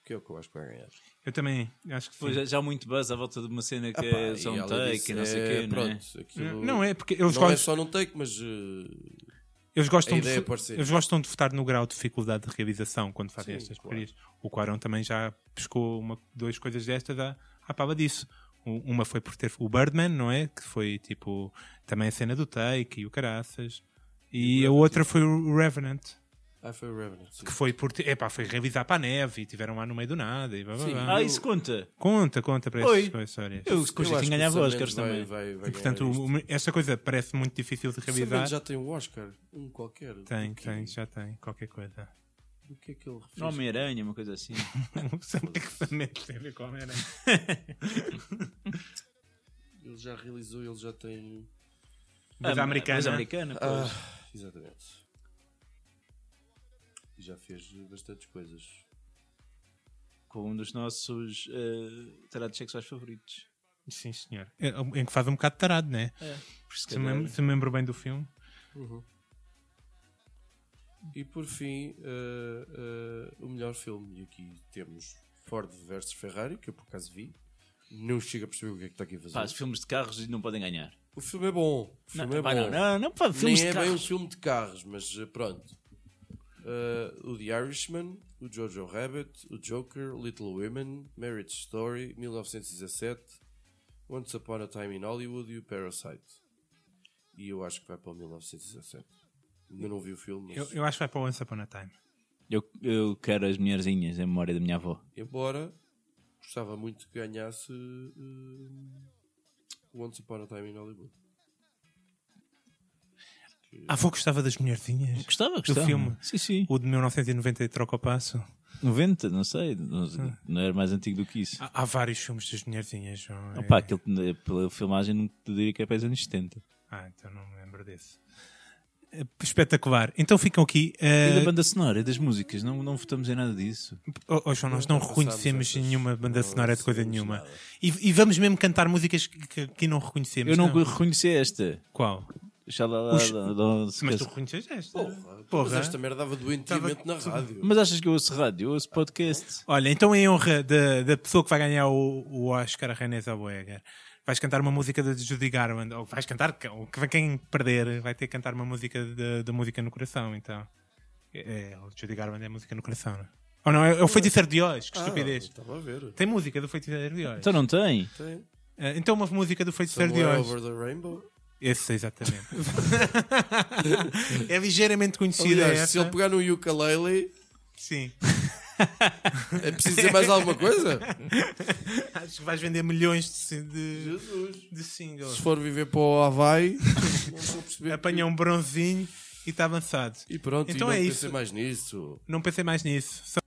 Speaker 3: que é o que eu acho que vai ganhar.
Speaker 2: Eu também acho que
Speaker 4: Pois
Speaker 2: sim.
Speaker 3: é,
Speaker 4: já, já há muito buzz à volta de uma cena que
Speaker 3: Ah, pá,
Speaker 4: é
Speaker 3: e
Speaker 4: só um
Speaker 3: ela
Speaker 4: take
Speaker 3: disse,
Speaker 4: e não sei o
Speaker 3: é,
Speaker 4: quê, não é?
Speaker 3: pronto, aquilo-
Speaker 2: Não é, porque eles,
Speaker 3: não é
Speaker 2: gostam,
Speaker 3: só num take, mas eh,
Speaker 2: eles,
Speaker 3: a
Speaker 2: gostam
Speaker 3: ideia é
Speaker 2: de,
Speaker 3: pode ser.
Speaker 2: eles gostam de votar no grau de dificuldade de realização quando fazem
Speaker 3: Sim,
Speaker 2: estas
Speaker 3: claro.
Speaker 2: porcarias. O Quaron também já pescou uma, duas coisas destas à, à pala disso. U- Uma foi por ter o Birdman, não é? Que foi tipo também a cena do take e o caraças. E a outra foi o Revenant,
Speaker 3: ah, foi o Revenant. sim.
Speaker 2: que foi por. te- Epá, foi realizar para a neve e tiveram lá no meio do nada. E blá, blá,
Speaker 3: Sim.
Speaker 2: blá.
Speaker 4: Ah, isso conta.
Speaker 2: Conta, conta para
Speaker 4: Oi.
Speaker 2: essas coisas. olha.
Speaker 4: Eu,
Speaker 3: Eu acho
Speaker 4: eu
Speaker 3: que o
Speaker 4: ganhava
Speaker 3: Sam Mendes
Speaker 4: Oscars
Speaker 3: vai-
Speaker 4: também.
Speaker 3: vai- vai
Speaker 2: E, portanto,
Speaker 3: ganhar isto.
Speaker 2: o- esta coisa parece muito difícil de
Speaker 3: O Sam Mendes
Speaker 2: realizar.
Speaker 3: já tem um Oscar, um qualquer.
Speaker 2: Tem,
Speaker 3: Do que-
Speaker 2: tem, já tem, qualquer coisa.
Speaker 3: do que é que ele
Speaker 4: Um Homem-Aranha, uma coisa assim.
Speaker 2: [LAUGHS] Não sei o que é que também tem a ver com Homem-Aranha.
Speaker 3: Ele já realizou, ele já tem.
Speaker 2: Mas
Speaker 4: Ah,
Speaker 2: a americana. né?
Speaker 4: Mas americana,
Speaker 3: Ah.
Speaker 4: pois.
Speaker 3: Exatamente. E já fez bastantes coisas.
Speaker 4: Com um dos nossos eh, tarados sexuais favoritos.
Speaker 2: Sim, senhor. É, Em que faz um bocado de tarado, né?
Speaker 4: É, por isso
Speaker 2: Se me, lembro- se me lembro bem do filme.
Speaker 3: E por fim, eh, eh, o melhor filme. E aqui temos Ford vs Ferrari, que eu por acaso vi. Não chego a perceber o que é que está aqui a fazer.
Speaker 4: Pá, os filmes de carros não podem ganhar.
Speaker 3: O filme é bom. O
Speaker 4: Não,
Speaker 3: filme é
Speaker 4: pá,
Speaker 3: bom.
Speaker 4: não, não, não, pá,
Speaker 3: Nem
Speaker 4: filmes
Speaker 3: é
Speaker 4: de
Speaker 3: bem um
Speaker 4: carros.
Speaker 3: filme de carros, mas eh, pronto. Eh, o The Irishman, o Jojo Rabbit, o Joker, Little Women, Marriage Story, 1917, Once Upon a Time in Hollywood e o Parasite. E eu acho que vai para o 1917. Ainda não vi o filme,
Speaker 2: Eu,
Speaker 3: mas
Speaker 2: eu acho que vai para o Once Upon a Time.
Speaker 4: Eu, eu quero as mulherzinhas em memória da minha avó.
Speaker 3: embora gostava muito que ganhasse eh, Once Upon a Time in Hollywood.
Speaker 2: A avó gostava Ah, das mulherzinhas.
Speaker 4: Gostava,
Speaker 2: gostava.
Speaker 4: gostava. Sim, sim.
Speaker 2: O de 1990 e Troca o Ah. Passo.
Speaker 4: 90, não sei. Não, não era mais antigo do que isso.
Speaker 2: Há, há vários filmes das mulherzinhas, João. É-
Speaker 4: Opa, aquele, eh, pela filmagem não te diria que é para os anos 70.
Speaker 2: Ah, então não me lembro desse. É, Espetacular. Então ficam aqui.
Speaker 4: E da
Speaker 2: eh,
Speaker 4: banda sonora, e das músicas, não, não votamos em nada disso.
Speaker 2: Oh, oh, João, nós não,
Speaker 3: Não
Speaker 2: reconhecemos
Speaker 3: passamos essas-
Speaker 2: nenhuma banda
Speaker 3: não
Speaker 2: sonora de coisa
Speaker 3: sabemos
Speaker 2: nenhuma.
Speaker 3: nada.
Speaker 2: E, e vamos mesmo cantar músicas que, que, que não reconhecemos.
Speaker 4: Eu não reconheci esta.
Speaker 2: Qual?
Speaker 4: Xalala,
Speaker 2: Os-
Speaker 4: não- não-
Speaker 2: Mas
Speaker 4: esquece.
Speaker 2: tu reconheces esta?
Speaker 3: Porra,
Speaker 2: Porra.
Speaker 3: Mas esta merda dava doentemente na rádio.
Speaker 4: Mas achas que eu ouço rádio? Eu ouço podcast.
Speaker 2: Olha, então em honra da, da pessoa que vai ganhar o, o Oscar, a René Zellweger, vais cantar uma música da Judy Garland, ou vais cantar, ou que- quem perder vai ter que cantar uma música da da música no coração, então. É, é, o Judy Garland é música no coração, não é? Ou não, é, é o Feiticeiro de Oz,
Speaker 3: Ah.
Speaker 2: que estupidez.
Speaker 3: Estava a ver.
Speaker 2: Tem música do Feiticeiro de Oz.
Speaker 4: Então não tem?
Speaker 3: Tem.
Speaker 2: Ah, então uma música do Feiticeiro de
Speaker 3: Somewhere
Speaker 2: Oz.
Speaker 3: Over the Rainbow.
Speaker 2: Esse,
Speaker 3: [LAUGHS]
Speaker 2: exatamente. é ligeiramente conhecida
Speaker 3: Aliás, se
Speaker 2: essa.
Speaker 3: ele pegar no ukulele,
Speaker 2: Sim.
Speaker 3: é preciso dizer mais alguma coisa?
Speaker 2: Acho que vais vender milhões de, de,
Speaker 3: Jesus.
Speaker 2: de singles.
Speaker 3: Se for viver para o Havaí, [LAUGHS] não estou a perceber.
Speaker 2: Apanha um bronzinho e está avançado.
Speaker 3: E pronto,
Speaker 2: Então
Speaker 3: e não
Speaker 2: é
Speaker 3: pensei
Speaker 2: isso.
Speaker 3: mais nisso.
Speaker 2: Não pensei mais nisso.